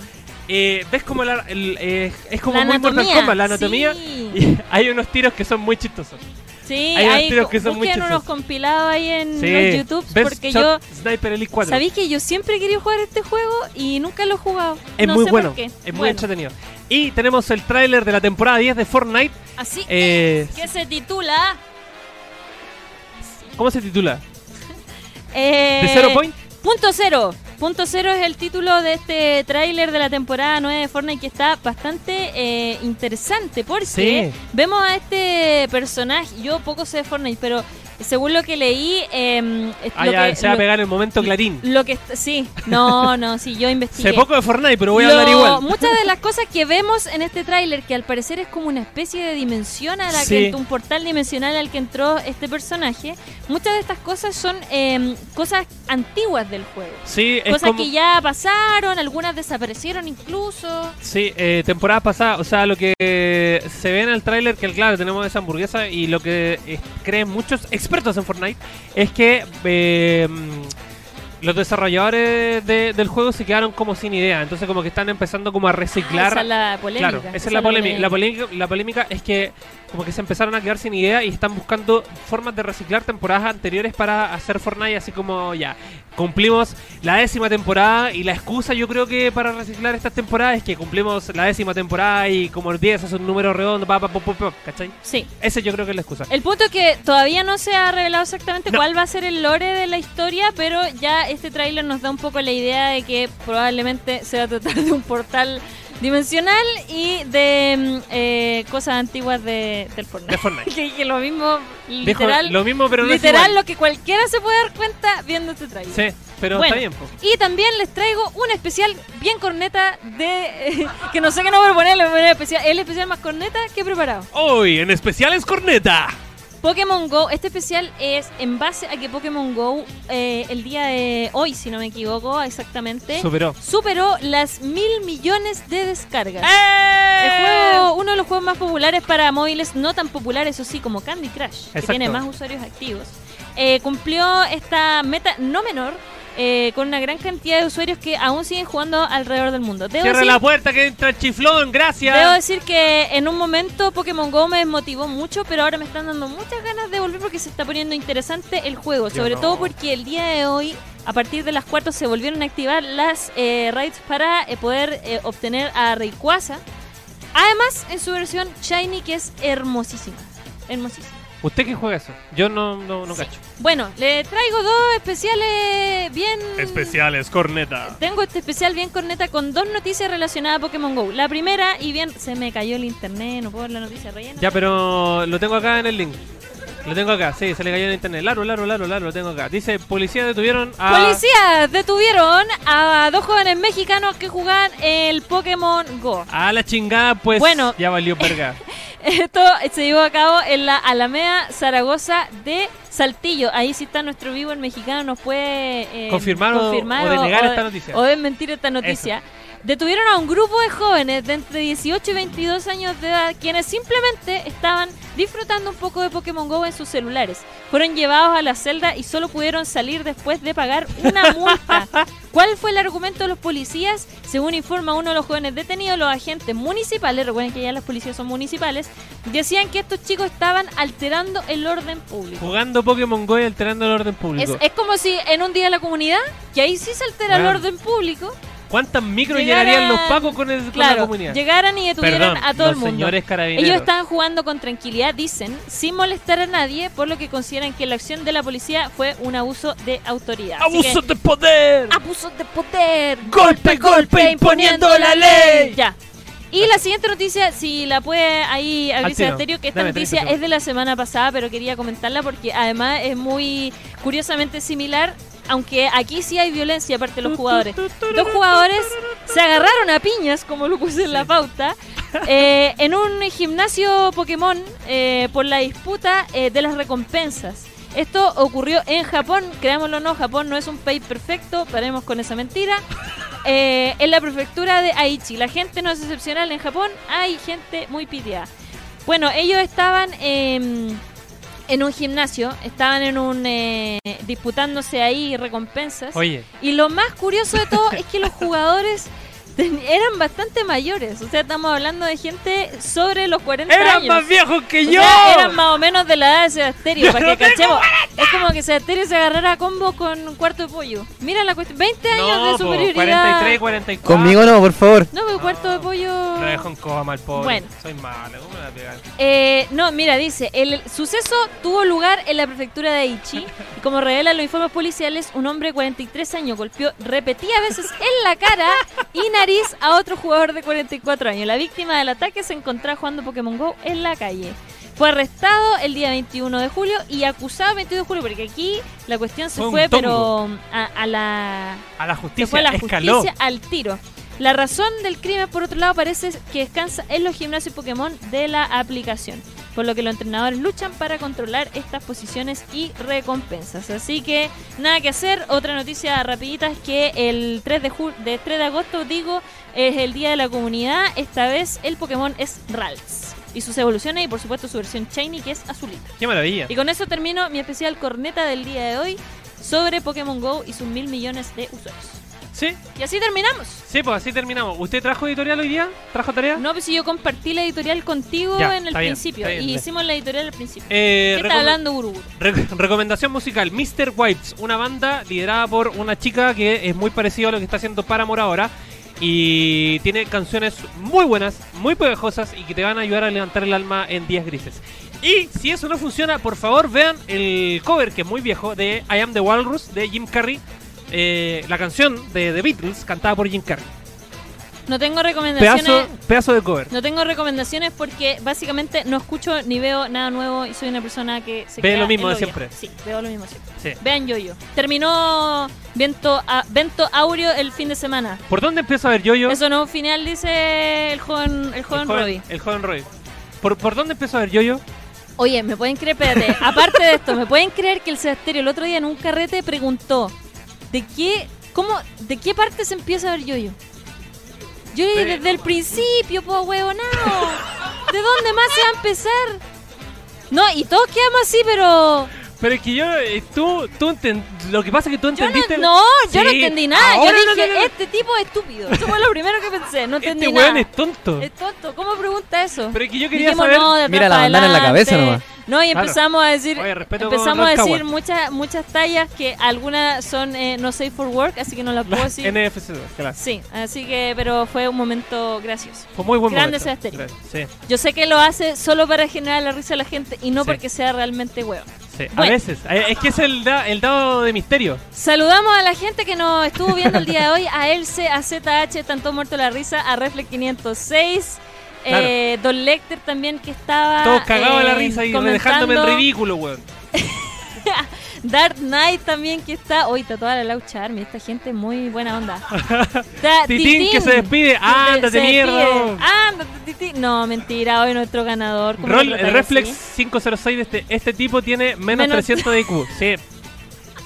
[SPEAKER 1] eh, ves como la, el, eh, es como
[SPEAKER 2] La
[SPEAKER 1] muy Mortal
[SPEAKER 2] anatomía,
[SPEAKER 1] Kombat, la anatomía
[SPEAKER 2] sí.
[SPEAKER 1] y hay unos tiros que son muy chistosos.
[SPEAKER 2] Sí,
[SPEAKER 1] Hay
[SPEAKER 2] hay,
[SPEAKER 1] unos tiros que son muy
[SPEAKER 2] busquen unos
[SPEAKER 1] chistosos.
[SPEAKER 2] compilados ahí en
[SPEAKER 1] Sí.
[SPEAKER 2] los YouTube
[SPEAKER 1] Best
[SPEAKER 2] porque yo...
[SPEAKER 1] Shot Sniper Elite 4.
[SPEAKER 2] Sabéis que yo siempre he querido jugar este juego y nunca lo he jugado.
[SPEAKER 1] Es
[SPEAKER 2] No
[SPEAKER 1] muy
[SPEAKER 2] sé
[SPEAKER 1] bueno,
[SPEAKER 2] por qué.
[SPEAKER 1] es muy
[SPEAKER 2] Bueno,
[SPEAKER 1] entretenido. Y tenemos el tráiler de la temporada 10 de Fortnite.
[SPEAKER 2] Así
[SPEAKER 1] Eh,
[SPEAKER 2] que se titula...
[SPEAKER 1] ¿Cómo se titula?
[SPEAKER 2] eh,
[SPEAKER 1] ¿De Zero Point?
[SPEAKER 2] Punto cero. Punto cero es el título de este tráiler de la temporada 9 de Fortnite que está bastante eh, interesante porque
[SPEAKER 1] Sí.
[SPEAKER 2] vemos a este personaje, yo poco sé de Fortnite, pero según lo que leí, eh, es
[SPEAKER 1] Ah,
[SPEAKER 2] lo,
[SPEAKER 1] ya,
[SPEAKER 2] que,
[SPEAKER 1] se va a
[SPEAKER 2] lo-
[SPEAKER 1] pegar el momento clarín.
[SPEAKER 2] lo que est- sí, no, no, sí, yo investigué.
[SPEAKER 1] Sé poco de Fortnite, pero voy a
[SPEAKER 2] Lo-
[SPEAKER 1] hablar igual.
[SPEAKER 2] Muchas de las cosas que vemos en este tráiler, que al parecer es como una especie de dimensión a la
[SPEAKER 1] Sí.
[SPEAKER 2] que ent- un portal dimensional al que entró este personaje, muchas de estas cosas son eh, cosas antiguas del juego.
[SPEAKER 1] Sí, es
[SPEAKER 2] Cosas
[SPEAKER 1] como...
[SPEAKER 2] que ya pasaron, algunas desaparecieron incluso.
[SPEAKER 1] Sí, eh, temporada pasada, o sea, lo que eh, se ve en el tráiler, que claro, tenemos esa hamburguesa y lo que eh, creen muchos expertos en Fortnite es que eh, mm, los desarrolladores de- del juego se quedaron como sin idea, entonces como que están empezando como a reciclar.
[SPEAKER 2] Ah, Esa es la polémica.
[SPEAKER 1] Claro, esa es la polémica. La polémica, la polémica es que como que se empezaron a quedar sin idea y están buscando formas de reciclar temporadas anteriores para hacer Fortnite así como ya cumplimos la décima temporada y la excusa yo creo que para reciclar estas temporadas es que cumplimos la décima temporada y como el 10 es un número redondo, pa, pa, pa, pa, pa, ¿cachai?
[SPEAKER 2] Sí.
[SPEAKER 1] Ese yo creo que es la excusa.
[SPEAKER 2] El punto es que todavía no se ha revelado exactamente
[SPEAKER 1] No.
[SPEAKER 2] cuál va a ser el lore de la historia, pero ya este tráiler nos da un poco la idea de que probablemente se va a tratar de un portal dimensional y de mm, eh, cosas antiguas de, del
[SPEAKER 1] De
[SPEAKER 2] Fortnite.
[SPEAKER 1] Fortnite.
[SPEAKER 2] que, que lo mismo,
[SPEAKER 1] Dijo
[SPEAKER 2] literal,
[SPEAKER 1] lo mismo pero no es
[SPEAKER 2] literal
[SPEAKER 1] igual.
[SPEAKER 2] lo que cualquiera se puede dar cuenta viendo este tráiler.
[SPEAKER 1] Sí, pero
[SPEAKER 2] Bueno.
[SPEAKER 1] está bien. po.
[SPEAKER 2] Y también les traigo un especial bien corneta de... eh, que no sé qué nombre ponerle, pero es especial- el especial más corneta que he preparado.
[SPEAKER 1] Hoy en especial es corneta.
[SPEAKER 2] Pokémon Go, este especial es en base a que Pokémon Go eh, el día de hoy, si no me equivoco exactamente,
[SPEAKER 1] Superó.
[SPEAKER 2] superó las mil millones de descargas.
[SPEAKER 1] ¡Eh!
[SPEAKER 2] ¡Eh! El juego, uno de los juegos más populares para móviles, no tan populares, o sí, como Candy Crush, que
[SPEAKER 1] Exacto.
[SPEAKER 2] tiene más usuarios activos, eh, cumplió esta meta no menor. eh, con una gran cantidad de usuarios que aún siguen jugando alrededor del mundo. Debo
[SPEAKER 1] Cierra
[SPEAKER 2] decir-
[SPEAKER 1] la puerta que entra el chiflón, gracias.
[SPEAKER 2] Debo decir que en un momento Pokémon Go me desmotivó mucho, pero ahora me están dando muchas ganas de volver porque se está poniendo interesante el juego.
[SPEAKER 1] Yo
[SPEAKER 2] sobre
[SPEAKER 1] no.
[SPEAKER 2] todo porque el día de hoy, a partir de las 4, se volvieron a activar las eh, raids para eh, poder eh, obtener a Rayquaza. Además, en su versión Shiny, que es hermosísima. Hermosísima.
[SPEAKER 1] ¿Usted qué juega eso? Yo no, no, no
[SPEAKER 2] Sí.
[SPEAKER 1] cacho.
[SPEAKER 2] Bueno, le traigo dos especiales bien.
[SPEAKER 1] Especiales, corneta.
[SPEAKER 2] Tengo este especial bien corneta con dos noticias relacionadas a Pokémon Go. La primera, y bien, se me cayó el internet, no puedo ver la noticia rellena.
[SPEAKER 1] Ya, pero lo tengo acá en el link. Lo tengo acá, sí, se le cayó en internet. Laro, laro, laro, laro, lo tengo acá. Dice, policía detuvieron a...
[SPEAKER 2] Policías detuvieron a dos jóvenes mexicanos que jugaban el Pokémon Go.
[SPEAKER 1] A la chingada, pues
[SPEAKER 2] Bueno.
[SPEAKER 1] ya valió verga.
[SPEAKER 2] Esto se llevó a cabo en la Alameda Zaragoza de Saltillo. Ahí sí está nuestro vivo en mexicano, nos puede eh,
[SPEAKER 1] Confirmar o- o denegar esta noticia.
[SPEAKER 2] O desmentir esta noticia. Detuvieron a un grupo de jóvenes de entre 18 y 22 años de edad quienes simplemente estaban disfrutando un poco de Pokémon Go en sus celulares. Fueron llevados a la celda y solo pudieron salir después de pagar una multa. ¿Cuál fue el argumento de los policías? Según informa uno de los jóvenes detenidos, los agentes municipales, recuerden que ya las policías son municipales, decían que estos chicos estaban alterando el orden público.
[SPEAKER 1] Jugando Pokémon GO y alterando el orden
[SPEAKER 2] Es, eh,
[SPEAKER 1] público.
[SPEAKER 2] es como si en un día de la comunidad, que ahí sí se altera el
[SPEAKER 1] Bueno.
[SPEAKER 2] orden público,
[SPEAKER 1] ¿Cuántas micros
[SPEAKER 2] llegaran-
[SPEAKER 1] llegarían los pacos con, el, con la
[SPEAKER 2] claro,
[SPEAKER 1] comunidad?
[SPEAKER 2] llegaran y detuvieran
[SPEAKER 1] Perdón,
[SPEAKER 2] a todo el
[SPEAKER 1] los
[SPEAKER 2] mundo.
[SPEAKER 1] señores carabineros.
[SPEAKER 2] Ellos estaban jugando con tranquilidad, dicen, sin molestar a nadie, por lo que consideran que la acción de la policía fue un abuso de autoridad. Así que- Ah,
[SPEAKER 1] ¡Abuso de poder!
[SPEAKER 2] abuso de poder.
[SPEAKER 1] ¡Golpe, golpe, imponiendo la ley!
[SPEAKER 2] Ya. Y la siguiente noticia, si la puede ahí abrirse
[SPEAKER 1] tiro.
[SPEAKER 2] Asterio, que esta
[SPEAKER 1] Dame,
[SPEAKER 2] noticia
[SPEAKER 1] 30 segundos.
[SPEAKER 2] es de la semana pasada, pero quería comentarla porque además es muy curiosamente similar, aunque aquí sí hay violencia aparte de los jugadores. Dos jugadores se agarraron a piñas, como lo puse en la pauta, eh, en un gimnasio Pokémon eh, por la disputa eh, de las recompensas. Esto ocurrió en Japón, creámoslo o no, Japón no es un país perfecto, paremos con esa mentira. Eh, en la prefectura de Aichi, la gente no es excepcional en Japón, hay gente muy pitiada. Bueno, ellos estaban em, en un gimnasio, estaban en un eh, disputándose ahí recompensas.
[SPEAKER 1] Oye,
[SPEAKER 2] Y lo más curioso de todo es que los jugadores ten- eran bastante mayores. O sea, estamos hablando de gente sobre los 40
[SPEAKER 1] ¡eran
[SPEAKER 2] años.
[SPEAKER 1] más viejos que
[SPEAKER 2] O
[SPEAKER 1] yo!
[SPEAKER 2] sea, eran más o menos de la edad de Sebasterio,
[SPEAKER 1] Yo
[SPEAKER 2] para
[SPEAKER 1] no
[SPEAKER 2] que
[SPEAKER 1] tengo
[SPEAKER 2] cachemos. Es como que Sebasterio se agarrara a combo con un cuarto de pollo. Mira la cuestión, 20 años
[SPEAKER 1] no,
[SPEAKER 2] de
[SPEAKER 1] po,
[SPEAKER 2] superioridad.
[SPEAKER 1] 43, 44.
[SPEAKER 4] Conmigo no, por favor.
[SPEAKER 2] No, pero cuarto de pollo.
[SPEAKER 1] Lo dejo en coma, el pobre.
[SPEAKER 2] Bueno.
[SPEAKER 1] Soy malo, ¿cómo me voy a pegar?
[SPEAKER 2] Eh, no, mira, dice, el suceso tuvo lugar en la prefectura de Aichi y como revelan los informes policiales, un hombre de 43 años golpeó repetidas veces en la cara y nariz a otro jugador de 44 años. La víctima del ataque se encontraba jugando Pokémon GO en la calle. Fue arrestado el día 21 de julio y acusado el 22 de julio, porque aquí la cuestión se
[SPEAKER 1] Fue un
[SPEAKER 2] fue, pero
[SPEAKER 1] tongo.
[SPEAKER 2] a- a la
[SPEAKER 1] A la justicia,
[SPEAKER 2] se fue a la
[SPEAKER 1] escaló.
[SPEAKER 2] justicia al tiro. La razón del crimen, por otro lado, parece que descansa en los gimnasios Pokémon de la aplicación, por lo que los entrenadores luchan para controlar estas posiciones y recompensas. Así que nada que hacer. Otra noticia rapidita es que el 3 de, ju- de 3 de agosto, digo, es el Día de la Comunidad. Esta vez el Pokémon es Ralts y sus evoluciones y por supuesto su versión Shiny que es azulita.
[SPEAKER 1] ¡Qué maravilla!
[SPEAKER 2] Y con eso termino mi especial corneta del día de hoy sobre Pokémon Go y sus mil millones de usuarios.
[SPEAKER 1] Sí,
[SPEAKER 2] Y así terminamos.
[SPEAKER 1] sí, pues así terminamos. ¿Usted trajo editorial hoy día? ¿Trajo tarea?
[SPEAKER 2] No, pues si yo compartí la editorial contigo
[SPEAKER 1] Ya,
[SPEAKER 2] en el
[SPEAKER 1] está bien,
[SPEAKER 2] principio.
[SPEAKER 1] está bien,
[SPEAKER 2] y
[SPEAKER 1] ya.
[SPEAKER 2] hicimos la editorial al principio.
[SPEAKER 1] Eh,
[SPEAKER 2] ¿Qué está
[SPEAKER 1] recom-
[SPEAKER 2] hablando Gurú?
[SPEAKER 1] re- recomendación musical: Mr. Wipes, una banda liderada por una chica que es muy parecida a lo que está haciendo Paramore ahora. Y tiene canciones muy buenas, muy pegajosas y que te van a ayudar a levantar el alma en días grises. Y si eso no funciona, por favor vean el cover que es muy viejo de I Am the Walrus de Jim Carrey, eh, la canción de The Beatles cantada por Jim Carrey.
[SPEAKER 2] No tengo recomendaciones.
[SPEAKER 1] Pedazo, pedazo de cover.
[SPEAKER 2] No tengo recomendaciones porque básicamente no escucho ni veo nada nuevo y soy una persona que se
[SPEAKER 1] Ve
[SPEAKER 2] queda
[SPEAKER 1] lo mismo
[SPEAKER 2] en
[SPEAKER 1] de
[SPEAKER 2] viejo.
[SPEAKER 1] siempre.
[SPEAKER 2] Sí, veo lo mismo siempre.
[SPEAKER 1] Sí.
[SPEAKER 2] Vean yo-yo. Terminó Vento, a- Vento Aureo el fin de semana.
[SPEAKER 1] ¿Por dónde empiezo a ver yo yo?
[SPEAKER 2] Eso no, final dice el joven, el joven Robbie.
[SPEAKER 1] El joven Robbie. ¿Por, por dónde empiezo a ver yo yo?
[SPEAKER 2] Oye, ¿me pueden creer? Espérate, aparte de esto, ¿me pueden creer que el Sebasterio el otro día en un carrete preguntó de qué, cómo, de qué parte se empieza a ver yoyo? Yo le dije, desde el principio, po huevonao. ¿De dónde más se va a empezar? No, y todos quedamos así, pero
[SPEAKER 1] Pero es que yo, eh, tú, tú enten- lo que pasa es que tú
[SPEAKER 2] yo
[SPEAKER 1] entendiste...
[SPEAKER 2] no, no, yo no
[SPEAKER 1] Sí,
[SPEAKER 2] entendí nada. Yo
[SPEAKER 1] ahora no
[SPEAKER 2] dije,
[SPEAKER 1] te lo-
[SPEAKER 2] este tipo es estúpido. Eso fue lo primero que pensé, no entendí
[SPEAKER 1] Este
[SPEAKER 2] nada.
[SPEAKER 1] weón es tonto.
[SPEAKER 2] Es tonto, ¿cómo pregunta eso?
[SPEAKER 1] Pero es que yo quería
[SPEAKER 2] Dijimos,
[SPEAKER 1] saber...
[SPEAKER 2] no, de atrás
[SPEAKER 4] Mira la
[SPEAKER 2] para
[SPEAKER 4] bandana en la
[SPEAKER 2] adelante.
[SPEAKER 4] cabeza nomás.
[SPEAKER 2] No, y
[SPEAKER 1] Claro.
[SPEAKER 2] empezamos a decir,
[SPEAKER 1] Oye, respeto con
[SPEAKER 2] empezamos a
[SPEAKER 1] Rancagua.
[SPEAKER 2] decir muchas muchas tallas que algunas son eh, no safe for work, así que no las puedo decir.
[SPEAKER 1] NFC, claro.
[SPEAKER 2] Sí, así que, pero fue un momento gracioso.
[SPEAKER 1] Fue muy buen
[SPEAKER 2] Grande
[SPEAKER 1] momento.
[SPEAKER 2] Sebastián.
[SPEAKER 1] Sí,
[SPEAKER 2] Yo sé que lo hace solo para generar la risa a la gente y no
[SPEAKER 1] Sí.
[SPEAKER 2] porque sea realmente huevo.
[SPEAKER 1] sí. A
[SPEAKER 2] Bueno.
[SPEAKER 1] veces. Eh, Es que es el, da- el dado de misterio.
[SPEAKER 2] Saludamos a la gente que nos estuvo viendo el día de hoy, a Elce, a ZH, tanto muerto la risa, a Reflex 506, eh, Don Lecter también que estaba...
[SPEAKER 1] Todos cagados de la
[SPEAKER 2] eh,
[SPEAKER 1] risa y
[SPEAKER 2] comentando,
[SPEAKER 1] dejándome en ridículo, weón.
[SPEAKER 2] Dark Knight también que está... Hoy está toda la laucha Army, esta gente es muy buena onda. Está
[SPEAKER 1] Titín que se despide. Ándate,
[SPEAKER 2] Ah, Se despide.
[SPEAKER 1] mierda. weón.
[SPEAKER 2] Ándate, Titín. No, mentira, hoy nuestro ganador. ¿cómo
[SPEAKER 1] Rol,
[SPEAKER 2] lo
[SPEAKER 1] el
[SPEAKER 2] tratan
[SPEAKER 1] Reflex
[SPEAKER 2] así?
[SPEAKER 1] 506 de este, este tipo tiene menos,
[SPEAKER 2] Menos-
[SPEAKER 1] 300 de IQ. Sí.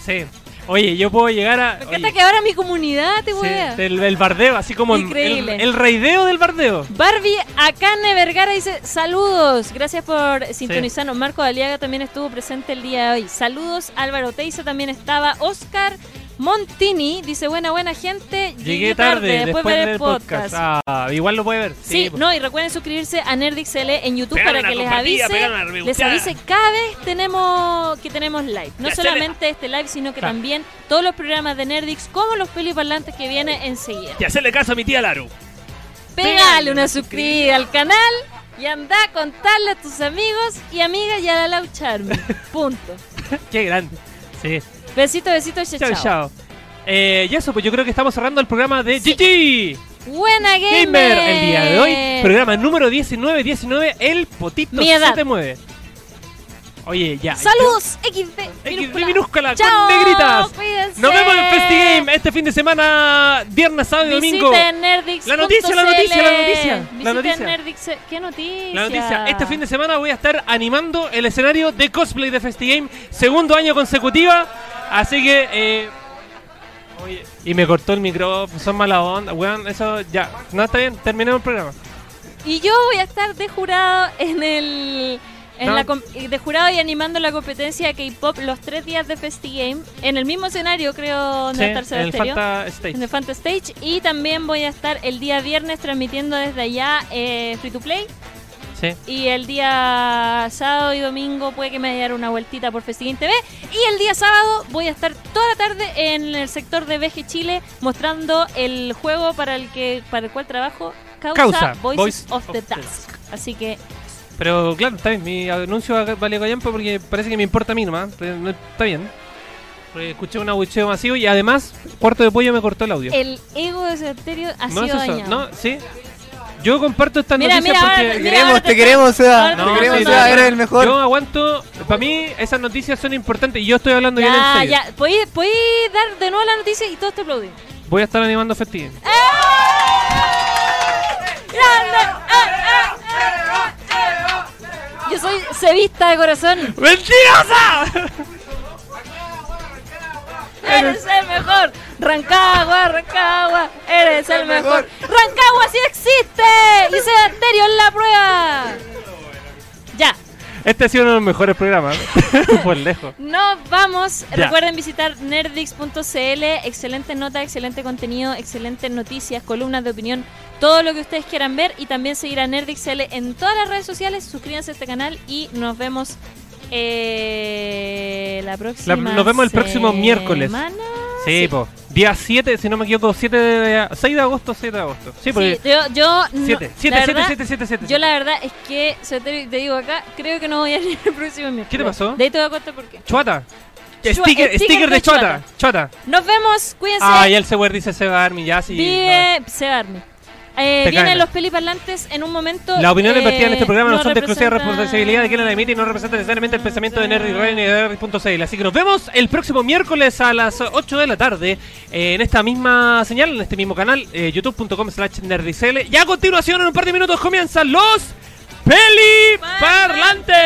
[SPEAKER 1] Sí. Oye, yo puedo llegar a.
[SPEAKER 2] Me encanta
[SPEAKER 1] oye,
[SPEAKER 2] que ahora mi comunidad te
[SPEAKER 1] sí,
[SPEAKER 2] wea.
[SPEAKER 1] del, del bardeo, así como en- el,
[SPEAKER 2] Increíble.
[SPEAKER 1] el raideo del bardeo.
[SPEAKER 2] Barbie Acane Vergara dice saludos, gracias por sintonizarnos. Marco Aliaga también estuvo presente el día de hoy. Saludos, Álvaro Teiza también estaba. Oscar Montini dice buena, buena gente.
[SPEAKER 1] Llegué, tarde, después,
[SPEAKER 2] ver el
[SPEAKER 1] del podcast. Ah, igual lo puede ver.
[SPEAKER 2] Sí,
[SPEAKER 1] pues.
[SPEAKER 2] no, y recuerden suscribirse a NerdXL en YouTube
[SPEAKER 1] Pegale
[SPEAKER 2] para que
[SPEAKER 1] una
[SPEAKER 2] les
[SPEAKER 1] compartida,
[SPEAKER 2] avise,
[SPEAKER 1] pegale una
[SPEAKER 2] les
[SPEAKER 1] rebusteada.
[SPEAKER 2] avise cada vez tenemos que tenemos live. No
[SPEAKER 1] Ya,
[SPEAKER 2] solamente este live, sino que
[SPEAKER 1] Claro.
[SPEAKER 2] también todos los programas de Nerdix, como los peliparlantes que vienen enseguida.
[SPEAKER 1] Y hacerle caso a mi tía Laru.
[SPEAKER 2] Pégale una suscribida al canal y anda a contarle a tus amigos y amigas y a la Lau Charme. Punto.
[SPEAKER 1] Qué grande. Sí.
[SPEAKER 2] Besito, besito, chao,
[SPEAKER 1] Chao,
[SPEAKER 2] chao.
[SPEAKER 1] chao. Eh, y eso, pues yo creo que estamos cerrando el programa de
[SPEAKER 2] Sí.
[SPEAKER 1] GG
[SPEAKER 2] Buena gamer.
[SPEAKER 1] Gamer el día de hoy. Programa número 19, 19, el potito
[SPEAKER 2] Mi edad.
[SPEAKER 1] se te mueve. Oye, ya.
[SPEAKER 2] Saludos, XD.
[SPEAKER 1] X
[SPEAKER 2] minúscula.
[SPEAKER 1] minúscula,
[SPEAKER 2] Chao.
[SPEAKER 1] con negritas.
[SPEAKER 2] cuídense.
[SPEAKER 1] Nos vemos en el FestiGame este fin de semana, viernes, sábado y domingo.
[SPEAKER 2] Visiten nerdix.cl.
[SPEAKER 1] La noticia, la noticia, la noticia, la
[SPEAKER 2] Visiten
[SPEAKER 1] noticia.
[SPEAKER 2] Nerdix. eh, ¿Qué noticia?
[SPEAKER 1] La noticia, este fin de semana voy a estar animando el escenario de cosplay de FestiGame, segundo año consecutiva. Así que... eh, oye, y me cortó el micrófono, son mala onda, weón, eso ya. No, está bien, terminemos el programa.
[SPEAKER 2] Y yo voy a estar de jurado en el. En
[SPEAKER 1] No.
[SPEAKER 2] la com- de jurado y animando la competencia de K-pop los tres días de FestiGame. En el mismo escenario, creo, donde va a estar
[SPEAKER 1] Sí, en el
[SPEAKER 2] Sebastián.
[SPEAKER 1] Fanta Stage.
[SPEAKER 2] En el Fanta Stage. Y también voy a estar el día viernes transmitiendo desde allá eh, Free to Play.
[SPEAKER 1] Sí.
[SPEAKER 2] Y el día sábado y domingo puede que me dé una vueltita por FestiGame TV. Y el día sábado voy a estar toda la tarde en el sector de VG Chile mostrando el juego para el que para el cual trabajo, Causa,
[SPEAKER 1] Causa,
[SPEAKER 2] Voices
[SPEAKER 1] Voice
[SPEAKER 2] of, the
[SPEAKER 1] of the
[SPEAKER 2] Task. Así que
[SPEAKER 1] Pero claro, está bien, mi anuncio acá vale callampa porque parece que me importa a mí nomás. pero no- Está bien. Porque escuché un abucheo masivo y además, cuarto de pollo me cortó el audio.
[SPEAKER 2] el ego de Serterio ha
[SPEAKER 1] no
[SPEAKER 2] sido
[SPEAKER 1] es eso,
[SPEAKER 2] dañado.
[SPEAKER 1] no, sí. Yo comparto estas
[SPEAKER 2] Mira,
[SPEAKER 1] noticias
[SPEAKER 2] mira,
[SPEAKER 1] porque.
[SPEAKER 2] ahora- mira,
[SPEAKER 4] queremos,
[SPEAKER 2] ahora
[SPEAKER 4] te queremos, Seba.
[SPEAKER 2] ahora
[SPEAKER 4] te
[SPEAKER 2] te
[SPEAKER 4] queremos,
[SPEAKER 2] está-
[SPEAKER 4] Seba. Eres el mejor.
[SPEAKER 1] Yo aguanto. Para mí, esas noticias son importantes y yo estoy hablando bien en
[SPEAKER 2] Ya,
[SPEAKER 1] serio.
[SPEAKER 2] ya, podéis podéis dar de nuevo la noticia y todos te aplauden.
[SPEAKER 1] Voy a estar animando festín.
[SPEAKER 2] ¡Grande! ¡Eh, eh, eh! Yo soy sevista de corazón.
[SPEAKER 1] ¡Mentirosa!
[SPEAKER 2] Eres el mejor. Rancagua, Rancagua, eres el mejor. Rancagua sí existe. Dice Arterio en la prueba. Ya.
[SPEAKER 1] Este ha sido uno de los mejores programas. ¿eh? Por lejos.
[SPEAKER 2] Nos vamos.
[SPEAKER 1] Ya.
[SPEAKER 2] Recuerden visitar nerdix.cl. Excelente nota, excelente contenido, excelentes noticias, columnas de opinión, todo lo que ustedes quieran ver. Y también seguir a nerdix.cl en todas las redes sociales. Suscríbanse a este canal y nos vemos eh, la próxima.
[SPEAKER 1] La- nos vemos el próximo miércoles.
[SPEAKER 2] semana.
[SPEAKER 1] Sí, po. Día 7, si no me equivoco, 7 de, 6 de agosto, 7 de agosto. Sí, porque.
[SPEAKER 2] Sí, yo, yo no-
[SPEAKER 1] 7,
[SPEAKER 2] la
[SPEAKER 1] 7, 7,
[SPEAKER 2] verdad-
[SPEAKER 1] 7, 7, 7.
[SPEAKER 2] Yo la verdad es que, se te, te digo acá, creo que no voy a ir el próximo miércoles.
[SPEAKER 1] ¿Qué te pasó?
[SPEAKER 2] De ahí te voy a contar por qué.
[SPEAKER 1] Chuata.
[SPEAKER 2] Chua-
[SPEAKER 1] sticker,
[SPEAKER 2] sticker
[SPEAKER 1] sticker
[SPEAKER 2] de
[SPEAKER 1] de Chuata. Chuata.
[SPEAKER 2] Nos vemos, cuídense.
[SPEAKER 1] Ah, ya el Seward dice se va a Armin, ya sí.
[SPEAKER 2] Vive Seba Army. Eh,
[SPEAKER 1] Te
[SPEAKER 2] vienen
[SPEAKER 1] caen.
[SPEAKER 2] los peliparlantes en un momento.
[SPEAKER 1] Las opiniones vertidas en este programa no, son de
[SPEAKER 2] exclusiva
[SPEAKER 1] exclusiva responsabilidad de quien la emite y no representan necesariamente el pensamiento de Nerdy Radio ni de Nerdy.cl. Así que nos vemos el próximo miércoles a las 8 de la tarde eh, en esta misma señal, en este mismo canal, eh, youtube.com slash nerdicl. Y a continuación, en un par de minutos, comienzan los Peliparlantes.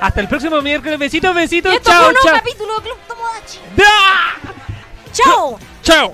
[SPEAKER 1] Hasta el próximo miércoles. Besitos, besitos.
[SPEAKER 2] Esto
[SPEAKER 1] Chao,
[SPEAKER 2] fue un nuevo
[SPEAKER 1] chao.
[SPEAKER 2] capítulo de Club Tomodachi.
[SPEAKER 1] ¡Ah!
[SPEAKER 2] ¡Chao!
[SPEAKER 1] Chao.